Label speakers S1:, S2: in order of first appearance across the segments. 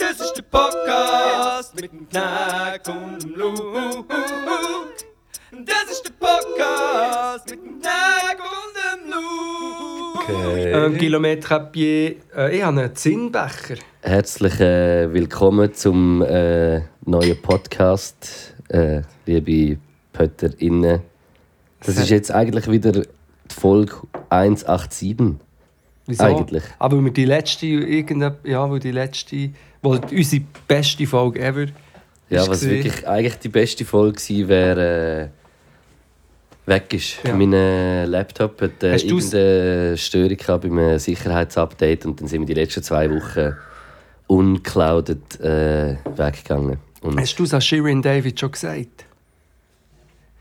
S1: der Podcast mit dem Knack und dem Luke. Das ist der Podcast mit dem Knack und dem Luke.
S2: Okay.
S3: Ähm, Kilometer à pied. Äh, ich habe einen Zinnbecher.
S2: Herzlich äh, willkommen zum äh, neuen Podcast, äh, liebe PötterInnen. Das ist jetzt eigentlich wieder die Folge 187.
S3: Wieso?
S2: Eigentlich.
S3: Aber weil wir die letzte, irgendein, ja, weil die letzte, weil unsere beste Folge ever.
S2: Ja,
S3: Ist
S2: was
S3: gesehen.
S2: wirklich eigentlich die beste Folge gewesen wäre, äh, weg ist.
S3: Ja.
S2: Mein äh, Laptop hat äh,
S3: Hast du's-
S2: irgendeine Störung gehabt beim äh, Sicherheitsupdate und dann sind wir die letzten zwei Wochen uncloudet äh, weggegangen. Und
S3: Hast du es an Shirin David schon gesagt?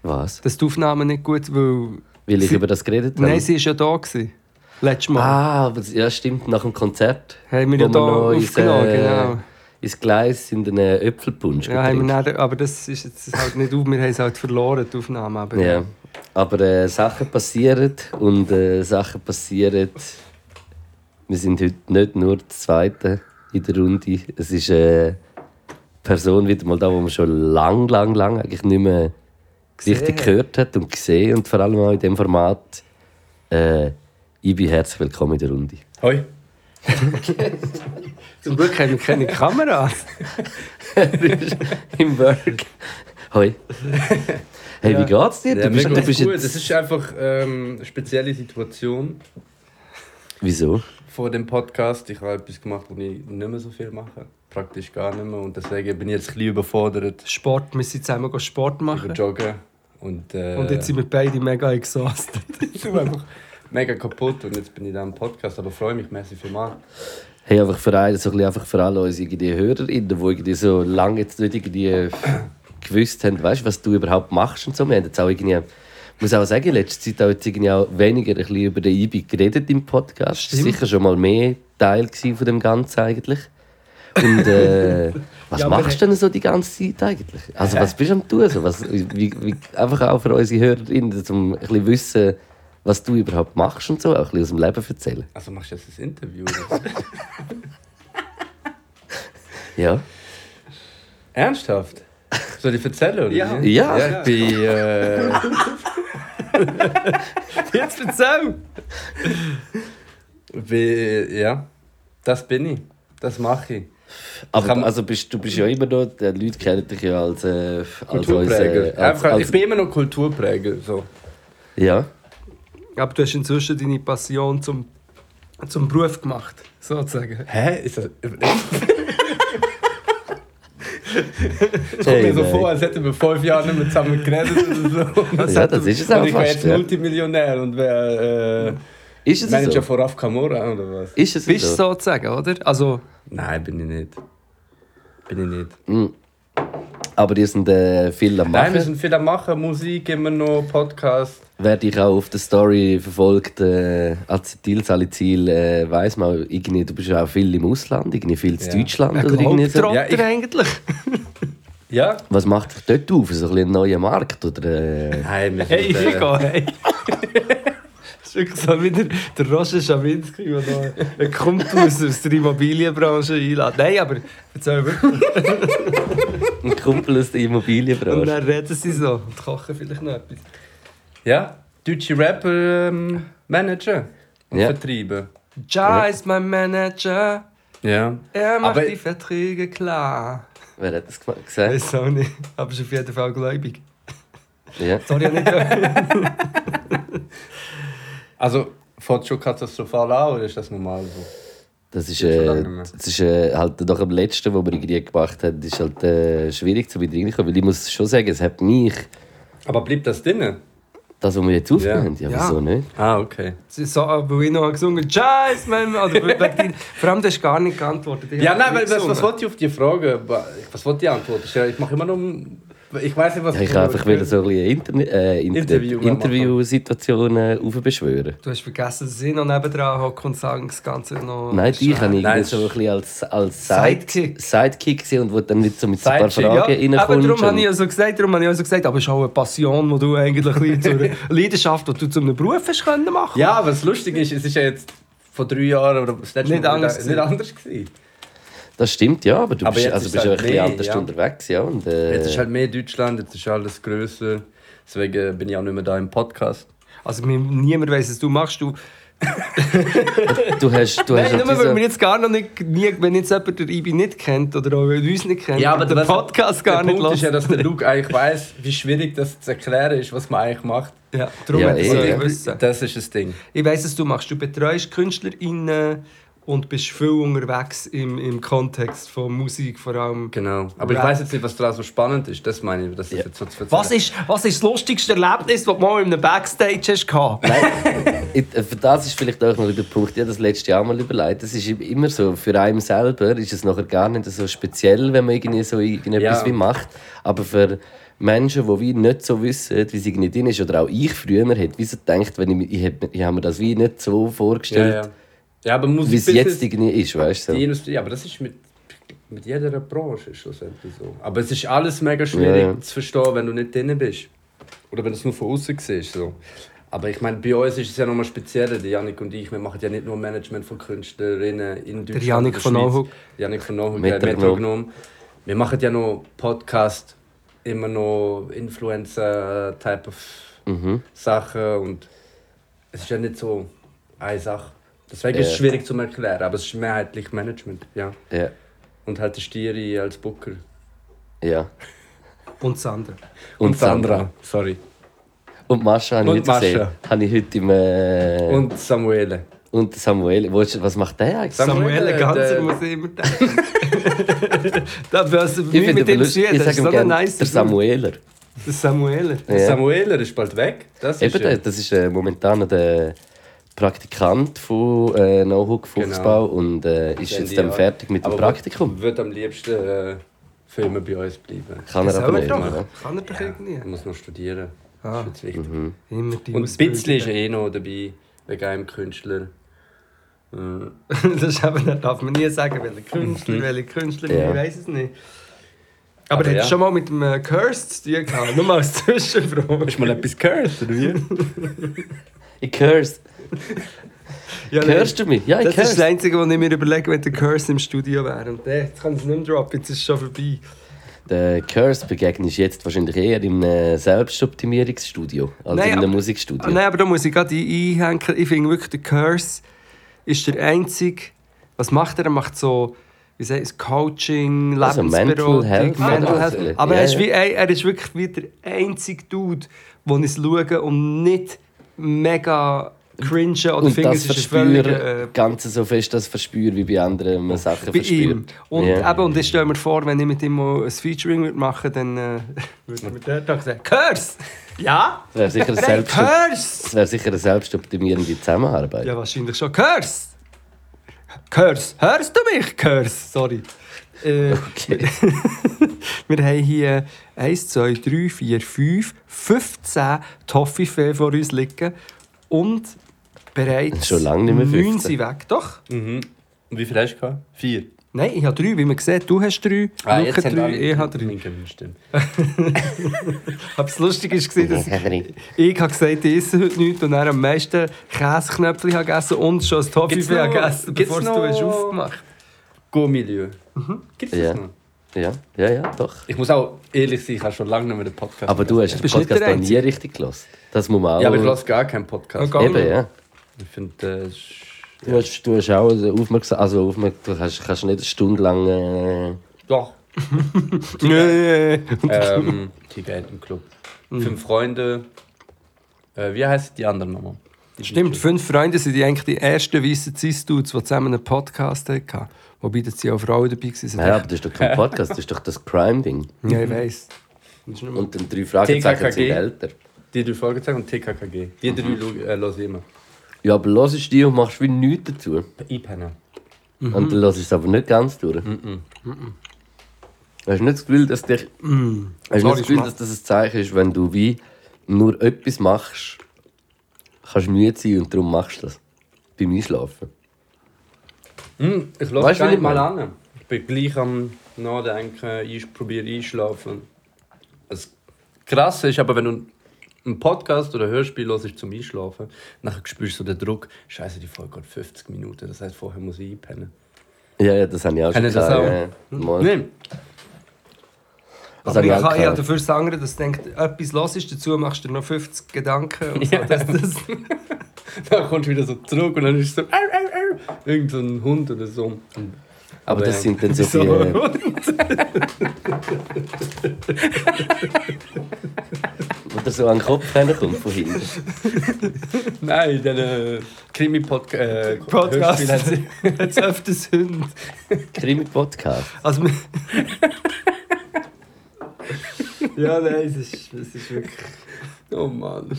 S2: was?
S3: Dass die Aufnahme nicht gut, weil.
S2: Weil ich
S3: Sie-
S2: über das geredet habe?
S3: Nein, sie war ja da. Gewesen. Letztes Mal.
S2: Ah, aber das- ja, stimmt, nach dem Konzert.
S3: haben wir
S2: wo
S3: ja da
S2: noch ins,
S3: aufgenommen,
S2: äh,
S3: genau.
S2: Ins Gleis in den äh, Äpfelpunsch
S3: Ja, haben
S2: getrunken.
S3: wir nicht, aber das ist jetzt halt nicht auf. Wir haben es halt verloren, die Aufnahme. Aber
S2: Ja, aber äh, Sachen passieren und äh, Sachen passieren. Wir sind heute nicht nur die Zweite in der Runde. Es ist äh, eine Person wieder mal da, wo man schon lang, lang, lang eigentlich nicht mehr richtig gehört hat und gesehen und vor allem auch in dem Format. Äh, ich bin herzlich willkommen in der Runde.
S1: Hoi.
S3: Zum Glück haben wir keine Kamera.
S2: Im Work. Hoi. Hey, wie geht's dir?
S1: Ja, mega
S2: du bist
S1: gut.
S2: jetzt,
S1: Es ist einfach ähm, eine spezielle Situation
S2: Wieso?
S1: vor dem Podcast. Ich habe etwas gemacht, wo ich nicht mehr so viel mache. Praktisch gar nicht mehr. Und deswegen bin ich jetzt ein bisschen überfordert.
S3: Sport, wir sind zusammen gehen Sport machen.
S1: über Joggen. Und, äh,
S3: Und jetzt sind wir beide mega exhausted.
S1: du einfach mega kaputt und jetzt bin ich da im Podcast, aber freue mich mäßig viel mal.
S2: Hey, einfach für alle, so ein bisschen einfach für alle unsere irgendwie HörerInnen, die irgendwie so lange jetzt nicht irgendwie äh, gewusst haben, weißt, was du überhaupt machst und so. Wir haben jetzt auch irgendwie, ich muss auch sagen, in letzter Zeit auch jetzt irgendwie auch weniger ein bisschen über den IBI geredet im Podcast.
S3: Stimmt.
S2: Sicher schon mal mehr Teil gewesen von dem Ganzen eigentlich. Und äh, was
S3: Ja, aber-
S2: machst du denn so die ganze Zeit eigentlich? Also was bist du am tun? So, was, wie, wie, einfach auch für unsere HörerInnen, um ein bisschen wissen, was du überhaupt machst und so, auch ein bisschen aus dem Leben erzählen.
S1: Also machst du jetzt ein Interview? oder was?
S2: Ja.
S1: Ernsthaft? Soll ich erzählen? Oder?
S3: Ja.
S1: wie?
S2: Ja.
S1: ich bin. Äh,
S3: Jetzt erzähl!
S1: bin ja, das bin ich. Das mache ich.
S2: Aber
S1: Kann-
S2: du- also bist, du bist ja immer noch, die Leute kennen dich ja als, äh, als
S1: Kulturpräger.
S2: unser- Als,
S1: Einfach, ich
S2: als,
S1: bin immer noch Kulturpräger. So.
S2: ja,
S3: Aber du hast inzwischen deine Passion zum, zum Beruf gemacht, sozusagen.
S1: Hä? Ist das. Es kommt
S2: Hey,
S1: mir so
S2: nein.
S1: vor, als hätten wir fünf Jahre nicht mehr zusammen geredet oder so.
S2: ja, das ist es
S1: und
S2: auch
S1: ich wäre
S2: fast.
S1: jetzt
S2: Ja.
S1: Multimillionär und wäre
S2: Ist
S1: äh,
S2: es
S1: Manager
S2: so?
S1: von Raf Kamora oder was?
S2: Ist es
S3: Bist du
S2: so?
S3: sozusagen, oder? Also,
S1: Nein, bin ich nicht. Bin ich nicht.
S2: Aber die sind äh, viel am
S1: Nein, wir
S2: Machen.
S1: sind viel am Machen, Musik immer noch, Podcast.
S2: Wer dich auch auf der Story verfolgt, äh, Acetyl, Salicil, äh, weiss mal, irgendwie, du bist ja auch viel im Ausland, irgendwie viel in
S1: Ja.
S2: Deutschland
S3: ein
S2: oder irgendwie so.
S3: Globetrotter
S1: Ja, ich-
S3: eigentlich.
S1: Ja?
S2: Was macht dich dort auf? So ein bisschen ein neuer Markt? Oder, äh,
S1: Nein, wir sind.
S3: Hey, ich
S1: äh,
S3: gehe, hey. Das ist wirklich so wieder der Roger Schawinski, der noch einen Kumpel aus aus der Immobilienbranche einlädt. Nein, aber erzähl wirklich.
S2: ein Kumpel aus der
S3: Und
S2: Immobilienbranche.
S3: dann reden sie so und kochen vielleicht noch etwas.
S1: ja? Deutsche Rapper ähm, Manager und
S2: Ja.
S1: Vertriebe.
S3: Ja ist mein Manager,
S1: Ja.
S3: er macht
S1: Aber-
S3: die Verträge klar.
S2: Wer hat das gema- gesagt?
S3: Weiß auch nicht, aber ist auf jeden Fall gläubig.
S2: Ja.
S3: Sorry, ich nicht
S1: Also, fährt schon katastrophal an oder ist das normal so?
S2: Das ist,
S1: Gibt's schon
S2: äh,
S1: lange nicht mehr.
S2: das ist äh, halt nach dem letzten, was wir irgendwie gemacht haben, ist halt äh, schwierig zu wieder reinkommen, weil ich muss schon sagen, es hat mich,
S1: Aber bleibt das drinnen?
S2: das, was wir jetzt aufnehmen, ja,
S3: Ja.
S2: wieso nicht?
S1: Ah, okay.
S3: So, weil ich noch gesungen habe, Scheiß, mein Mann. Oder wegen dein- Vor allem, du hast gar nicht geantwortet. Ich
S1: Ja,
S3: habe
S1: nein, weil,
S3: nicht
S1: was, was
S3: gesungen.
S1: wollte ich auf die Frage? Was wollte ich antworten? Ich mache immer noch. Ich weiß nicht, was
S2: Ja, ich kann einfach wieder so ein bisschen Interne äh, Internet
S1: Interview machen.
S2: Interviewsituationen aufbeschwören.
S3: Du hast vergessen, dass ich noch nebendran hocke und sagen, das Ganze noch...
S2: Nein, dich habe ich
S1: Nein,
S2: irgendwie
S1: das
S2: so ein bisschen als, als
S3: Sidekick.
S2: Sidekick. Sidekick gesehen und wo dann nicht so mit so ein paar
S1: Sidekick,
S2: Fragen
S3: Ja, aber
S2: reinkommst.
S3: darum habe
S2: und-
S3: ich ja so gesagt, darum habe ich ja so gesagt, aber es ist auch eine Passion, die du eigentlich ein bisschen zu einer Leidenschaft, die du zu einem Beruf hast können machen.
S1: Ja, aber das Lustige ist, es ist ja jetzt vor drei Jahren oder das letzte
S3: Nicht
S1: Mal
S3: anders
S1: nicht anders gewesen.
S2: Das stimmt, ja, aber du
S1: Aber
S2: bist,
S1: jetzt
S2: also
S1: ist
S2: bist
S1: halt
S2: ja ein bisschen
S1: mehr,
S2: anders
S1: ja.
S2: unterwegs, ja. Und,
S1: Jetzt ist
S2: äh,
S1: halt mehr Deutschland, jetzt ist alles grösser. Deswegen bin ich auch nicht mehr da im Podcast.
S3: Also mir- niemand weiß, was du machst. Du,
S2: du hast, du
S3: nein,
S2: hast
S3: nur
S2: halt
S3: weil wir
S2: diese,
S3: jetzt gar noch nicht, nie, wenn jetzt jemand den Ibi nicht kennt oder auch uns nicht kennt, und den
S1: was-
S3: Podcast gar
S1: der
S3: nicht
S1: Punkt ist ja,
S3: hört.
S1: dass der Luke eigentlich weiss, wie schwierig das zu erklären ist, was man eigentlich macht.
S3: Ja, darum
S2: Ja,
S3: hat er es
S2: eh,
S3: nicht
S2: ja.
S3: wissen.
S1: Das ist das Ding.
S3: Ich weiss, was du machst. Du betreust KünstlerInnen und bist viel unterwegs im, im Kontext von Musik vor allem.
S1: Genau. Aber ich
S3: Rap.
S1: weiß jetzt nicht, was daran so spannend ist. Das meine ich, das ist jetzt so zu
S3: Was
S1: erzählen.
S3: ist, was ist das lustigste Erlebnis, das du mal in einem Backstage hast gehabt?
S2: Ich- äh, für das ist vielleicht auch noch der Punkt, ich habe das letzte Jahr mal überlegt, das ist immer so, für einen selber ist es nachher gar nicht so speziell, wenn man irgendwie so irgendetwas
S1: Ja.
S2: wie macht, aber für Menschen, die wie nicht so wissen, wie es irgendwie drin ist, oder auch ich früher hätte, wieso gedacht, wenn ich, ich, hätte mir- ich habe mir das wie nicht so
S1: Ja,
S2: vorgestellt,
S1: ja. ja, aber Musik
S2: wie es
S1: Business-
S2: jetzt irgendwie ist, weißt du?
S1: die
S2: So.
S1: Industrie, aber das ist mit, mit jeder Branche schlussendlich so. Aber es ist alles mega schwierig
S2: Ja, ja.
S1: zu verstehen, wenn du nicht drin bist. Oder wenn du es nur von außen siehst. So. Aber ich meine, bei uns ist es ja nochmal spezieller, die Janik und ich, wir machen ja nicht nur Management von Künstlerinnen in Deutschland.
S3: Janik
S1: und der
S3: von
S1: Schweiz.
S3: Nauhook.
S1: Janik von Nauhook, der
S2: Metronom.
S1: Metronom. Wir machen ja noch Podcast, immer noch Influencer-Type of
S2: Mhm.
S1: Sachen und es ist ja nicht so eine Sache. Deswegen ist es
S2: Ja.
S1: schwierig zu erklären, aber es ist mehrheitlich Management, ja.
S2: Ja,
S1: Und halt der Stieri als Booker.
S2: ja.
S3: Und Sandra.
S2: Und, Sandra.
S1: sorry.
S2: Und Mascha habe ich
S1: Und
S2: heute gesehen.
S1: Mascha.
S2: Habe ich heute im... Äh, und,
S1: Und Samuele.
S2: Samuel. Wo ist- Was macht der eigentlich?
S1: Sam- Samuel,
S3: Samuel
S1: äh,
S3: Ganser
S1: der-
S3: muss ich immer denken. da wirst du
S2: ich
S3: mit
S2: finde
S3: mit
S2: aber
S3: dem
S2: lustig,
S3: Schied.
S2: ich
S3: Das ist
S2: sage
S3: so
S2: ihm
S3: ein
S2: gerne
S3: nice
S2: der Samueler.
S3: Der Samueler.
S2: Ja.
S1: Samuele ist bald weg. Das ist
S2: Eben, der,
S1: ja.
S2: das ist äh, momentan der Praktikant von äh, No-Hook
S3: Genau.
S2: Fuchsbau und äh, ist
S1: Ende
S2: jetzt dann
S1: Jahr.
S2: fertig mit dem
S1: Aber
S2: Praktikum.
S1: Wird am liebsten äh, für immer bei uns bleiben.
S2: Kann er
S3: Soll
S2: aber
S3: er
S2: nicht.
S3: doch.
S2: oder?
S3: Kann er doch irgendwie.
S1: Er muss noch studieren.
S3: Ah.
S1: Das ist jetzt wichtig.
S2: Mhm.
S3: Immer die
S1: Und ein bisschen ist
S3: Ausbildung.
S1: er eh noch dabei, wegen einem Künstler. Äh,
S3: das ist eben, da darf man nie sagen, welche Künstler, welche Künstler,
S2: Ja.
S3: ich weiß es nicht. Aber,
S1: Mhm. Aber
S3: hättest du
S1: ja.
S3: schon mal mit dem äh, Cursed zu tun gehabt? Nur mal als Zwischenfrage.
S1: Hast du mal etwas gehört, oder wie?
S2: Ich curse.
S3: Ja, nein.
S2: Hörst du mich? Ja, ich
S3: Das ist das
S2: curse.
S3: Einzige, was ich mir überlege, wenn der Curse im Studio wäre. Und der, jetzt kann ich es nicht mehr droppen, jetzt ist es schon vorbei.
S2: Der Curse begegnest du jetzt wahrscheinlich eher im äh, Selbstoptimierungsstudio
S3: Nein,
S2: als in einem
S3: aber-
S2: Musikstudio.
S3: Nein, aber da muss ich gerade ein- einhängen. Ich finde wirklich, der Curse ist der einzige. Was macht er? Er macht so, wie sagt es, Coaching,
S2: Also
S3: Lebensberatung,
S2: Mental Health.
S3: Mental
S2: Ah,
S3: Health.
S2: natürlich.
S3: Aber
S2: Ja,
S3: er, ist
S2: ja.
S3: wie, er er ist wirklich wie der einzige Dude, wo ich es schaue und nicht mega cringe oder
S2: und
S3: finde,
S2: das
S3: es ist völlig... äh,
S2: verspüre Ganze so fest das verspüre wie bei anderen man Sachen
S3: bei
S2: verspürt.
S3: ihm. Und
S2: Ja.
S3: eben, und ich stelle mir vor, wenn ich mit ihm mal ein Featuring würd machen würde, dann äh, würde mir der Tag sagen, Curse! Ja?
S2: Das wäre sicher, eine
S3: Nein,
S2: Selbstop-
S3: Curse!
S2: das wäre sicher eine selbstoptimierende Zusammenarbeit.
S3: Ja, wahrscheinlich schon. Curse! Curse! Hörst du mich? Curse! Sorry. Äh,
S2: Okay.
S3: wir haben hier 1, 2, 3, 4, 5, 15 Toffifee vor uns liegen und bereits
S2: Schon lange nicht mehr 15.
S3: neun sind weg. Doch?
S1: Mhm. Und wie viel hast du gehabt? Vier. Ah,
S3: Nein, ich habe drei. Wie man sieht, du hast drei, Luca
S1: haben
S3: drei,
S1: alle-
S3: ich habe drei.
S1: Stimmt.
S3: Aber das Lustige war, dass ich habe gesagt ich esse heute nichts und dann am meisten Käseknöpfchen habe gegessen und schon ein
S1: Gibt's
S3: Toffifee
S1: noch-
S3: habe gegessen,
S1: gibt's
S3: bevor es
S1: noch-
S3: du hast aufgemacht
S1: Go-Milieu. Gibt's das
S2: Ja.
S1: noch?
S2: Ja, ja, ja, doch.
S1: Ich muss auch ehrlich sein, ich habe schon lange nicht mehr den Podcast
S2: Aber du hast den
S3: bist nicht
S2: Podcast
S3: der
S2: noch nie richtig gelesen. Das muss man auch.
S1: Ja, aber ich lasse gar keinen Podcast.
S3: Okay.
S2: Eben, ja.
S1: Ich finde, äh, es ist-
S2: Du hast, du hast auch aufmerksam. Also aufmerksam, du kannst, kannst nicht eine Stunde lang. Äh,
S1: Doch.
S3: Nee.
S1: ähm, Tigerentenclub. Fünf Freunde. Äh, wie heißt die anderen nochmal? Die
S3: Stimmt, fünf Freunde sind die eigentlich die ersten weißen Cis-Dudes, die zusammen einen Podcast hatten. Wobei da sind auch Frauen dabei waren.
S2: ja, aber das ist doch kein Podcast, das ist doch das Crime-Ding.
S3: ja, ich weiss.
S2: Und dann drei Fragezeichen sind
S1: TKKG.
S2: älter.
S1: Die drei Fragezeichen und TKKG. Die drei lu- äh, höre ich immer.
S2: Ja, aber hörst du die und machst wie nichts dazu.
S1: Einpennen.
S3: Mhm.
S2: Und dann hörst du es aber nicht ganz durch. Hast du nicht das Gefühl, dass, dich, hast du
S3: Mhm. Sorry,
S2: nicht das, Gefühl,
S3: Schmack.
S2: dass das ein Zeichen ist, wenn du wie nur etwas machst, kannst du müde sein und darum machst du das. Beim Einschlafen.
S1: Hm, ich höre
S2: Weißt du,
S1: gar
S2: wie
S1: nicht
S2: ich
S1: mal
S2: meine?
S1: an. Ich bin gleich am Nachdenken, ich probiere einschlafen. Das Krasse ist aber, wenn du einen Podcast oder ein Hörspiel hörst zum Einschlafen, nachher spürst du den Druck, scheiße, die Folge hat 50 Minuten, das heißt, vorher muss ich einpennen.
S2: Ja, ja, das habe ich auch
S1: Kennt ihr
S2: schon
S1: das
S2: gehabt,
S1: auch?
S2: ja, ja. Mal.
S1: Nein.
S2: Das
S3: Hm? Aber ich
S2: habe ich auch
S3: kann ja
S2: gehabt.
S3: dafür sagen, dass du denkst, etwas los ist, dazu machst du dir noch 50 Gedanken und so.
S1: Ja.
S3: Das, das,
S1: Dann kommst du wieder so zurück und dann ist so, arr, arr, arr, irgend so ein Hund oder so.
S2: Aber das sind dann so
S1: So.
S2: die... Wo der so an den Kopf herkommt von hinten.
S1: Nein, dann äh, Krimi-Podcast. Äh,
S3: Podcast
S1: Hörspiel hat sie-
S3: hat es öfters Hund.
S2: Krimi-Podcast.
S3: Also, wir- ja, nein, es ist, es ist wirklich.
S1: Oh Mann.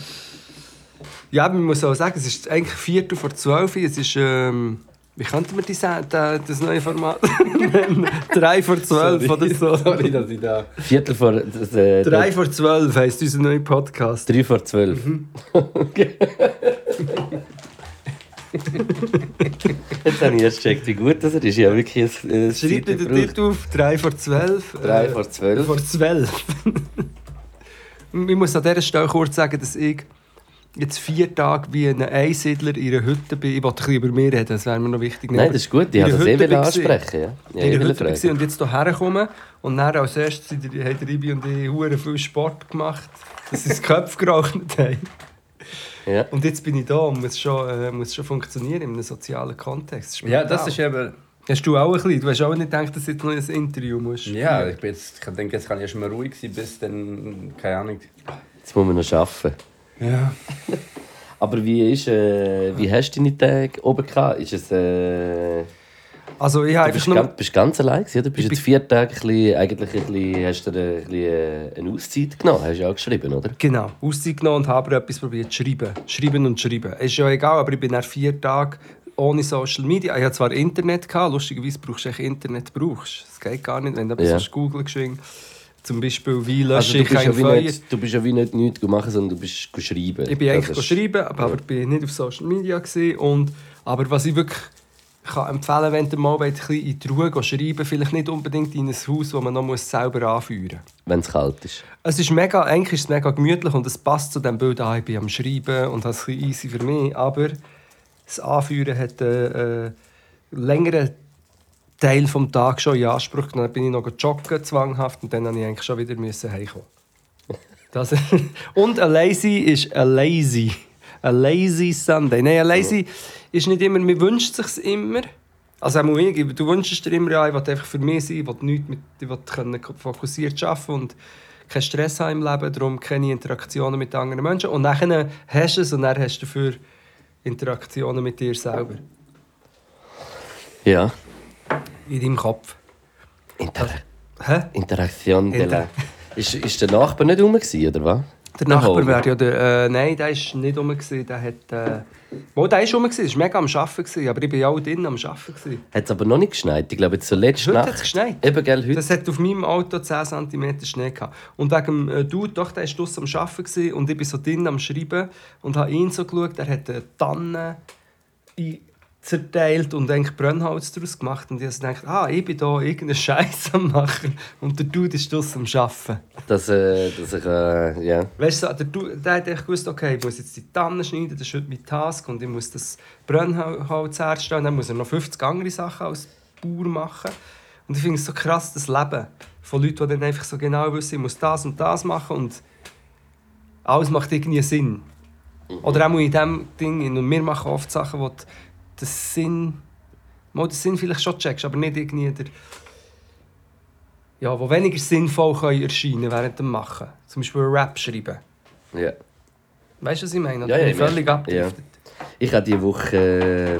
S3: Ja, man muss auch sagen, es ist eigentlich Viertel vor zwölf. Es ist. Ähm, wie könnte man die, Sa- da- das neue Format nennen? Drei vor zwölf
S1: Sorry.
S3: oder so.
S1: Sorry, dass ich da.
S2: Viertel vor... Das, äh,
S3: Drei Mhm. vor zwölf heisst unser neuer Podcast.
S2: drei vor zwölf. Jetzt habe ich erst gecheckt, wie gut das er ist. Ja, wirklich ein,
S3: Schreibt
S2: ein Seite
S3: den
S2: braucht.
S3: Titel auf: Drei vor zwölf.
S2: Drei
S3: äh,
S2: vor zwölf.
S3: vor zwölf. ich muss an dieser Stelle kurz sagen, dass ich jetzt vier Tage wie ein Einsiedler in einer Hütte bin. Ich wollte ein bisschen über mich reden, das wäre mir noch wichtig.
S2: Nein, das ist gut. Ich
S3: In der
S2: habe das eh
S3: Hütte
S2: wieder
S3: bin ich
S2: ansprechen. Ja. Ja,
S3: in
S2: ich
S3: der
S2: will
S3: Hütte
S2: fragen.
S3: war und jetzt hierher gekommen. Und dann als erstes sind die- haben der Ibi und ich hure viel Sport gemacht, dass sie das Köpfe gerauchnet haben.
S2: Ja.
S3: Und jetzt bin ich da und muss schon, äh, muss schon funktionieren in einem sozialen Kontext. ist
S1: Ja, das
S3: brutal.
S1: ist eben.
S3: Hast du auch ein bisschen? Du hast auch nicht gedacht, dass du jetzt noch ein Interview musst.
S1: Ja, ich, bin jetzt, ich denke, jetzt kann ich schon mal ruhig sein, bis dann. Keine Ahnung.
S2: Jetzt muss man noch arbeiten.
S1: Ja.
S2: Aber wie, ist, äh, wie hast du deine Tage oben gehabt? Ist es, äh,
S3: Also ich habe
S2: du bist,
S3: einfach nur...
S2: ganz, bist ganz allein gewesen, oder? Du bist
S3: Ich
S2: jetzt vier Tage ein bisschen, eigentlich ein bisschen, hast du dir ein bisschen, äh, eine Auszeit genommen, hast du ja auch geschrieben, oder?
S3: Genau, Auszeit genommen und habe etwas probiert zu schreiben. Schreiben und schreiben. Ist ja egal, aber ich bin nach vier Tagen ohne Social Media. Ich hatte zwar Internet, gehabt, lustigerweise brauchst du echt Internet. Brauchst. Das geht gar nicht, wenn du etwas
S2: Ja.
S3: yeah. googeln geschwing. Zum Beispiel, wie lösche
S2: Also, du,
S3: ich
S2: bist ja
S3: ein
S2: wie
S3: Feuer?
S2: nicht, du bist ja wie nicht nichts gemacht, sondern du bist geschrieben.
S3: Ich bin eigentlich
S2: Das ist-
S3: geschrieben, aber, aber bin nicht auf Social Media gewesen. und Aber was ich wirklich kann empfehlen, wenn ihr mal wollt, ein bisschen in die Ruhe gehen, schreiben, vielleicht nicht unbedingt in ein Haus, wo man noch muss selber anführen muss.
S2: Wenn es kalt ist.
S3: Es ist mega, eigentlich ist es mega gemütlich und es passt zu dem Bild, ah, ich bin am Schreiben und das ist ein bisschen easy für mich, aber das Anführen hat äh, äh, längeren Teil des Tages schon in Anspruch genommen. Dann bin ich noch joggen, zwanghaft, und dann musste ich eigentlich schon wieder müssen heimkommen. Das, und ein Lazy ist ein Lazy. Ein Lazy Sunday. Nein, ein Lazy ist nicht immer, man wünscht sich immer. Also auch ich, du wünschst es dir immer, ja, ich will einfach für mich sein, ich will nichts mit, ich will können fokussiert arbeiten und keinen Stress haben im Leben, darum keine Interaktionen mit anderen Menschen. Und dann hast du es und dann hast du dafür Interaktionen mit dir selber.
S2: Ja.
S3: In deinem Kopf.
S2: Inter
S3: Hä?
S2: Interaktion. de
S3: Also- Inter-
S2: la- ist, ist der Nachbar nicht rum, gewesen, oder was?
S3: Der Nachbar
S2: Nachbar.
S3: wäre ja der. Äh, nein, der ist nicht rum. gewesen, Der hat. Äh, wo, der ist rum, gewesen, ist mega am Arbeiten. Gewesen, aber ich war ja auch drinnen am Arbeiten. Gewesen.
S2: Hat es aber noch nicht geschneit. Ich glaube, jetzt so letzte
S3: Heute
S2: Nacht.
S3: hat's geschneit.
S2: Eben, gell, Äh, heute.
S3: Das hat auf meinem Auto 10 cm Schnee gehabt. Und wegen dem äh, Dude, doch, der war draussen am Arbeiten gewesen, und ich war so drinnen am Schreiben und habe ihn so geschaut. Er hat äh, Tannen in- zerteilt und eigentlich Brennholz daraus gemacht. Und ich habe gedacht, ah, ich bin da irgendeinen Scheiß am machen. Und der Dude ist draussen am Arbeiten.
S2: Dass, äh, dass ich, äh, ja.
S3: Weißt du, der, Du- der hat echt gewusst, okay, ich muss jetzt die Tannen schneiden, das ist heute mein Task und ich muss das Brennholz herstellen, dann muss er noch 50 andere Sachen als Bauer machen. Und ich finde es so krass, das Leben von Leuten, die dann einfach so genau wissen, ich muss das und das machen und alles macht irgendwie Sinn. Oder auch in diesem Ding, und wir machen oft Sachen, wo du den Sinn, mal den Sinn vielleicht schon checkst, aber nicht irgendwie der ja, die weniger sinnvoll können erscheinen während dem Machen. Zum Beispiel Rap schreiben.
S2: ja.
S3: Weißt du, was ich meine?
S2: Ja, ja,
S3: bin
S2: ich
S3: völlig
S2: merke.
S3: abgedriftet.
S2: Ich habe diese Woche. Äh,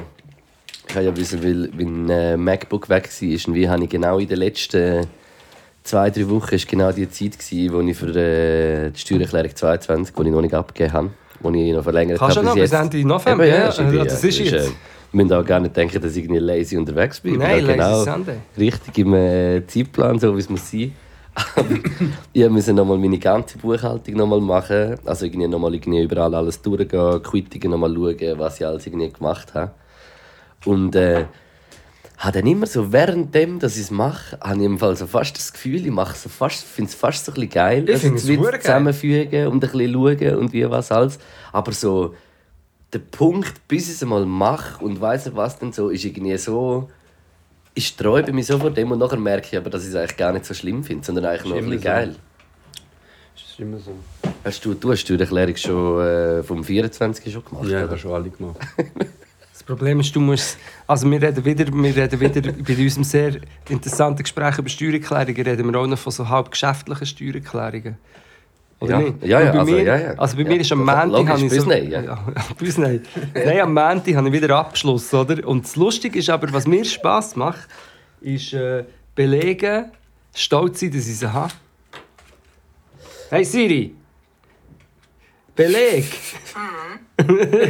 S2: ich habe ja wissen, weil mein äh, MacBook weg war. Und wie habe ich genau in den letzten zwei, drei Wochen ist genau die Zeit, gewesen, wo ich für äh, die Steuererklärung 22, die ich noch nicht abgegeben habe, die ich noch verlängert
S3: Kannst du noch
S2: bis
S3: bis
S2: jetzt.
S3: Ende November?
S2: Eben, ja,
S3: ja,
S2: ist eine
S3: ja,
S2: Idee,
S3: das ist
S2: äh,
S3: jetzt.
S2: Wir müssen auch gar nicht denken, dass ich irgendwie lazy unterwegs bin. Ich bin
S3: Nein,
S2: auch
S3: lazy
S2: genau
S3: Sunday.
S2: Richtig im äh, Zeitplan, so wie es muss sein. Aber ich musste nochmal meine ganze Buchhaltung nochmal machen. Also irgendwie nochmal irgendwie überall alles durchgehen, Quittungen nochmal schauen, was ich alles irgendwie gemacht habe. Und äh, habe dann immer so, währenddem, dass ich es mache, habe ich im Fall so fast das Gefühl, ich mache so fast, finde es fast so ein bisschen geil.
S3: Ich
S2: dass
S3: finde
S2: es
S3: es
S2: wieder
S3: verdammt geil.
S2: zusammenfügen und ein bisschen schauen und wie was alles. Aber so der Punkt, bis ich es mal mache und weiss, was denn so, ist irgendwie so ich sträube mich so vor dem und nachher merke ich aber, dass ich es eigentlich gar nicht so schlimm finde, sondern eigentlich noch ein
S1: immer
S2: bisschen
S1: so.
S2: geil.
S1: Das ist immer so.
S2: Hast du, du hast die Steuererklärung schon äh, vom 24. schon gemacht,
S1: Ja, ich
S2: oder?
S1: habe schon alle gemacht.
S3: Das Problem ist, du musst. Also, wir reden wieder, wir reden wieder bei unserem sehr interessanten Gespräch über Steuererklärungen, reden wir auch noch von so halb geschäftlichen Steuererklärungen.
S2: Ja.
S3: nicht?
S2: Ja, ja,
S3: Und bei
S2: also,
S3: mir,
S2: ja, ja.
S3: Also bei
S2: Ja,
S3: mir ist am
S2: das-
S3: Montag...
S2: logisch,
S3: habe ich
S2: bis nein, ja.
S3: bis nein. Nein, am Montag habe ich wieder Abschluss, oder? Und das Lustige ist aber, was mir Spass macht, ist äh, belegen, stolz sein, dass ich sie habe. Hey Siri! Beleg!
S4: Das
S2: Mhm.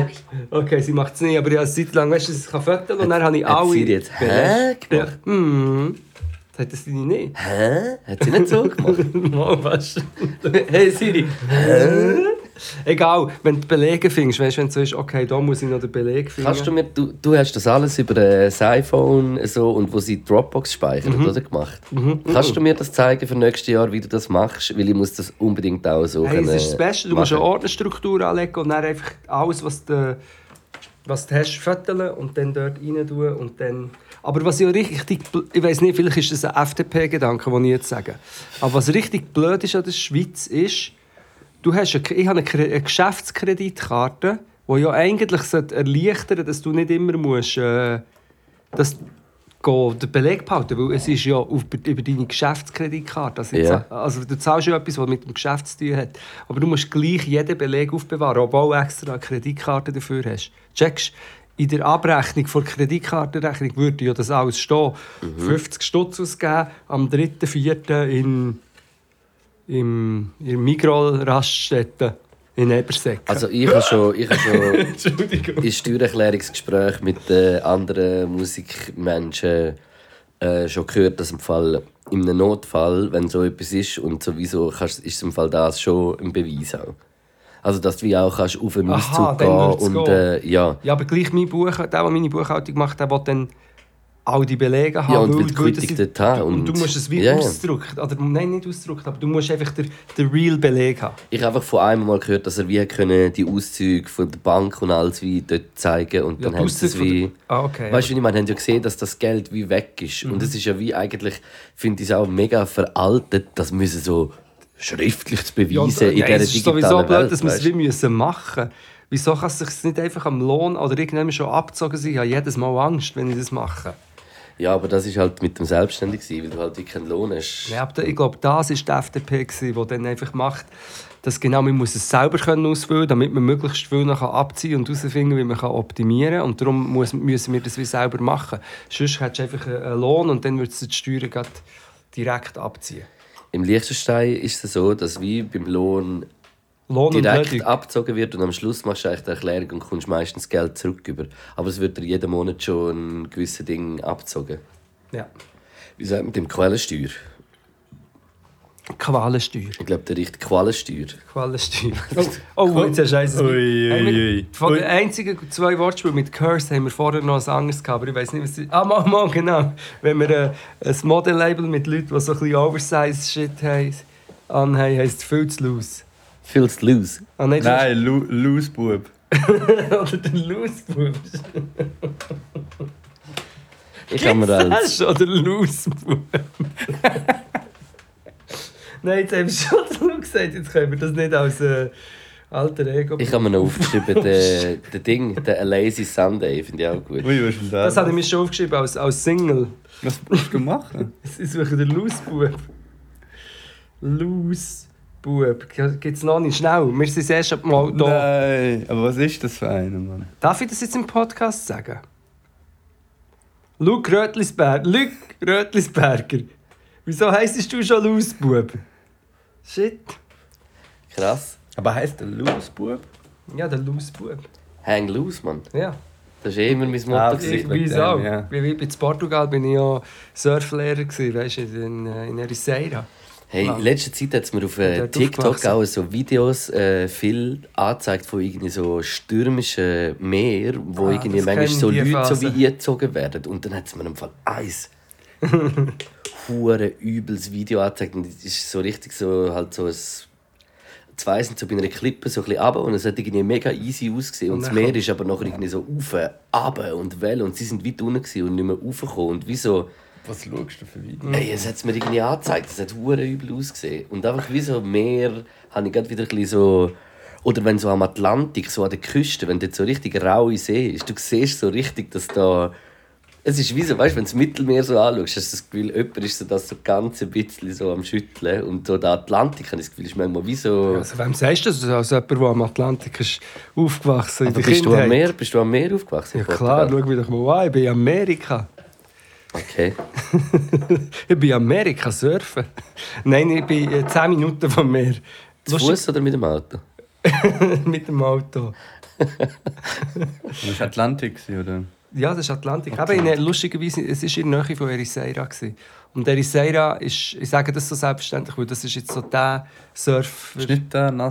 S4: habe ich.
S3: Okay, sie macht es nicht, aber ich habe eine Zeit lang, weißt du, es kann Fotos und dann habe ich
S2: Hat
S3: alle...
S2: sie jetzt hä gemacht?
S3: Ja. Hm. Das hat das deine nicht.
S2: Hä? Hat sie nicht so gemacht?
S3: Mal was. hey Siri. Egal, wenn du die Belege findest, weißt du, wenn du so ist, okay, da muss ich noch den Beleg finden.
S2: Kannst du mir, du, du hast das alles über äh, das iPhone so, und wo sie Dropbox speichert,
S3: Mhm.
S2: oder gemacht? Kannst du mir das zeigen für nächstes Jahr, wie du das machst? Weil ich muss das unbedingt auch so
S3: hey,
S2: können
S3: es ist das Beste, du musst eine
S2: äh, machen.
S3: Ordnerstruktur anlegen und dann einfach alles, was du, was du hast, föteln und dann dort rein tun und dann... Aber was ich auch richtig... bl- Ich weiß nicht, vielleicht ist das ein FDP-Gedanke, den ich jetzt sage. Aber was richtig blöd ist an der Schweiz ist, du hast eine, ich habe eine, Kre- eine Geschäftskreditkarte, die ja eigentlich sollte erleichtern dass du nicht immer musst, äh, das go- den Beleg behalten weil es ist ja auf, über deine Geschäftskreditkarte. Also,
S2: Ja.
S3: jetzt- also du zahlst ja etwas, was mit dem Geschäft zu tun hat. Aber du musst gleich jeden Beleg aufbewahren, obwohl du extra eine Kreditkarte dafür hast. Checkst in der Abrechnung vor Kreditkartenrechnung würde ja das alles stehen. 50 Stutz ausgeben am 3.4. in im, in Migros-Raststätte in Ebersäck.
S2: Also ich habe schon, ich habe schon in Steuererklärungsgesprächen mit äh, anderen Musikmenschen äh, schon gehört, dass im Fall im Notfall, wenn so etwas ist und sowieso kannst, ist im Fall das schon ein Beweis auch. Also dass du wie auch kannst auf einen
S3: Aha,
S2: Auszug
S3: dann
S2: gehen
S3: würd's
S2: und
S3: gehen.
S2: äh, ja.
S3: ja, aber gleich mein Buch, der, der meine Buchhaltung macht, der will dann all die Belege haben.
S2: und
S3: weil-
S2: will die
S3: weil das
S2: Quittung
S3: sind-
S2: dort haben
S3: Und,
S2: und-
S3: du musst es wie
S2: Ja, ja.
S3: ausdrucken. Oder, nein, nicht ausdrucken, aber du musst einfach den, den real Beleg haben.
S2: Ich habe einfach von einem Mal gehört, dass er wie hat können die Auszüge von der Bank und alles wie dort zeigen und dann
S3: die
S2: haben sie es
S3: Auszüge von
S2: wie...
S3: der- Ah, okay.
S2: Weißt du, wie ich meine, haben ja gesehen, dass das Geld wie weg ist.
S3: Mhm.
S2: Und es ist ja wie eigentlich, finde ich es auch mega veraltet, das müssen so schriftlich zu beweisen
S3: und-
S2: in dieser
S3: nein, es ist
S2: digitalen
S3: sowieso blöd,
S2: Welt.
S3: dass wir es
S2: weißt
S3: wie
S2: du?
S3: müssen machen müssen. Wieso kann es sich nicht einfach am Lohn oder irgendwann schon abgezogen sein? Ich habe jedes Mal Angst, wenn ich das mache.
S2: Ja, aber das ist halt mit dem Selbstständigsein, weil du halt wie keinen Lohn hast.
S3: Ja, aber da- ich glaube, das war die FDP, gewesen, die dann einfach macht, dass genau, man muss es selber können ausfüllen damit man möglichst viel noch abziehen und herausfinden kann, wie man kann optimieren kann. Und darum muss, müssen wir das wie selber machen. Sonst hättest du einfach einen einen Lohn und dann würdest du die Steuern grad direkt abziehen.
S2: Im Liechtenstein ist es so, dass wie beim Lohn
S3: Lohn und
S2: direkt
S3: Löhnung.
S2: abgezogen wird und am Schluss machst du eigentlich die Erklärung und kommst meistens Geld zurück über. Aber es wird dir jeden Monat schon ein gewisses Ding abgezogen.
S3: Ja.
S2: Wie sagt man dem Quellensteuer?
S3: Qualensteuer.
S2: Ich glaube, der richtige Quellensteuer.
S3: Qualensteuer. Oh, oh jetzt hast du eins.
S1: Ui,
S3: Hey,
S1: ui,
S3: wir-
S1: ui.
S3: Von
S1: Ui.
S3: den einzigen zwei Wortspielen mit Curse haben wir vorher noch ein anderes gehabt, aber ich weiß nicht, was sie. Ah, mal, mal, genau. Wenn wir äh, ein Modelabel mit Leuten, die so ein bisschen Oversize-Shit haben, anhaben, heisst viel zu loose.
S2: Feels loose.
S3: Ah, nein, das
S1: Nein, Lu- Loose Bub.
S3: ist- Oder der loose Bub.
S2: Ich kann mir halt als.
S3: Das ist oder loose Bub. nein, jetzt haben wir schon so gesagt, jetzt können wir das nicht als äh, alter Ego.
S2: Ich habe mir noch aufgeschrieben, den, den Ding, den A Lazy Sunday, finde ich auch gut.
S1: Ui, was ist denn das?
S3: das habe ich mir schon aufgeschrieben als, als Single.
S1: Was musst du machen?
S3: Ich suche den Lausbub. Lausbub. Gibt es noch nicht? Schnell, wir sind das erste Mal da.
S1: Nein, aber was ist das für einer, Mann?
S3: Darf ich das jetzt im Podcast sagen? Luke Rötlisberger. Luke Rötlisberger. Wieso heisst du schon Lausbub? Shit.
S2: Krass.
S1: Aber heißt der Loose Bub?
S3: Ja, der Lausbub.
S2: Hang loose, Mann.
S3: Ja.
S2: Das war eh immer mein
S1: Ah,
S2: Motto.
S1: okay.
S2: gewesen.
S1: wegen
S3: Wieso?
S1: dem,
S3: auch.
S1: ja.
S3: Wie, wie bei Portugal bin ich ja Surflehrer, gewesen, weißt du, in, äh, in Ericeira.
S2: Hey, in letzter Zeit hat es mir auf äh,
S3: dort
S2: TikTok
S3: aufgewachsen.
S2: auch so Videos äh, viel angezeigt von irgendwie so stürmischen Meer, wo
S3: Ah,
S2: irgendwie
S3: das
S2: manchmal
S3: kennen
S2: so
S3: die
S2: Leute so wie
S3: Phasen.
S2: eingezogen werden. Und dann hat es mir im Fall eins. Hure übles Video angezeigt. Und es ist so richtig so halt so ein. zwei sind so bei einer Klippe so ein bisschen runter und es hat irgendwie mega easy ausgesehen. Und,
S3: Und
S2: das
S3: dann
S2: Meer ist aber noch irgendwie so rauf, runter und Wellen und sie sind weit unten gewesen und nicht mehr raufgekommen. Und wie so,
S1: Was schaust du für Video?
S3: Mhm.
S2: ey, es hat es mir irgendwie angezeigt, es hat hure übel ausgesehen. Und einfach wie so Meer habe ich gerade wieder ein bisschen so... Oder wenn so am Atlantik, so an der Küste, wenn dort so richtig raue See ist, du siehst so richtig, dass da... Es ist wie so, weißt du, wenn du das Mittelmeer so anschaust, hast du das Gefühl, jemand ist so das so ganz ein bisschen so am Schütteln. Und so der Atlantik, habe ich das Gefühl, ist manchmal wie so...
S3: Also, wem sagst du das? Also jemand, der am Atlantik ist aufgewachsen in
S2: Aber
S3: der
S2: bist du,
S3: Kindheit.
S2: am Meer, bist du am Meer aufgewachsen?
S3: Ja
S2: in
S3: klar,
S2: Portugal?
S3: schau mich doch mal an, ich bin in Amerika.
S2: Okay.
S3: Ich bin in Amerika surfen. Nein, ich bin äh, 10 Minuten vom Meer.
S2: Zu
S3: Lustig,
S2: Fuß oder mit dem Auto?
S3: mit dem Auto.
S1: Das war Atlantik, gewesen, oder?
S3: Ja, das ist Atlantik. Aber in, äh, lustigerweise, es war in der Nähe von Ericeira. Gewesen. Und Ericeira ist, ich sage das so selbstverständlich, weil das ist jetzt so der
S1: Schnitt da, Nazareth? oder?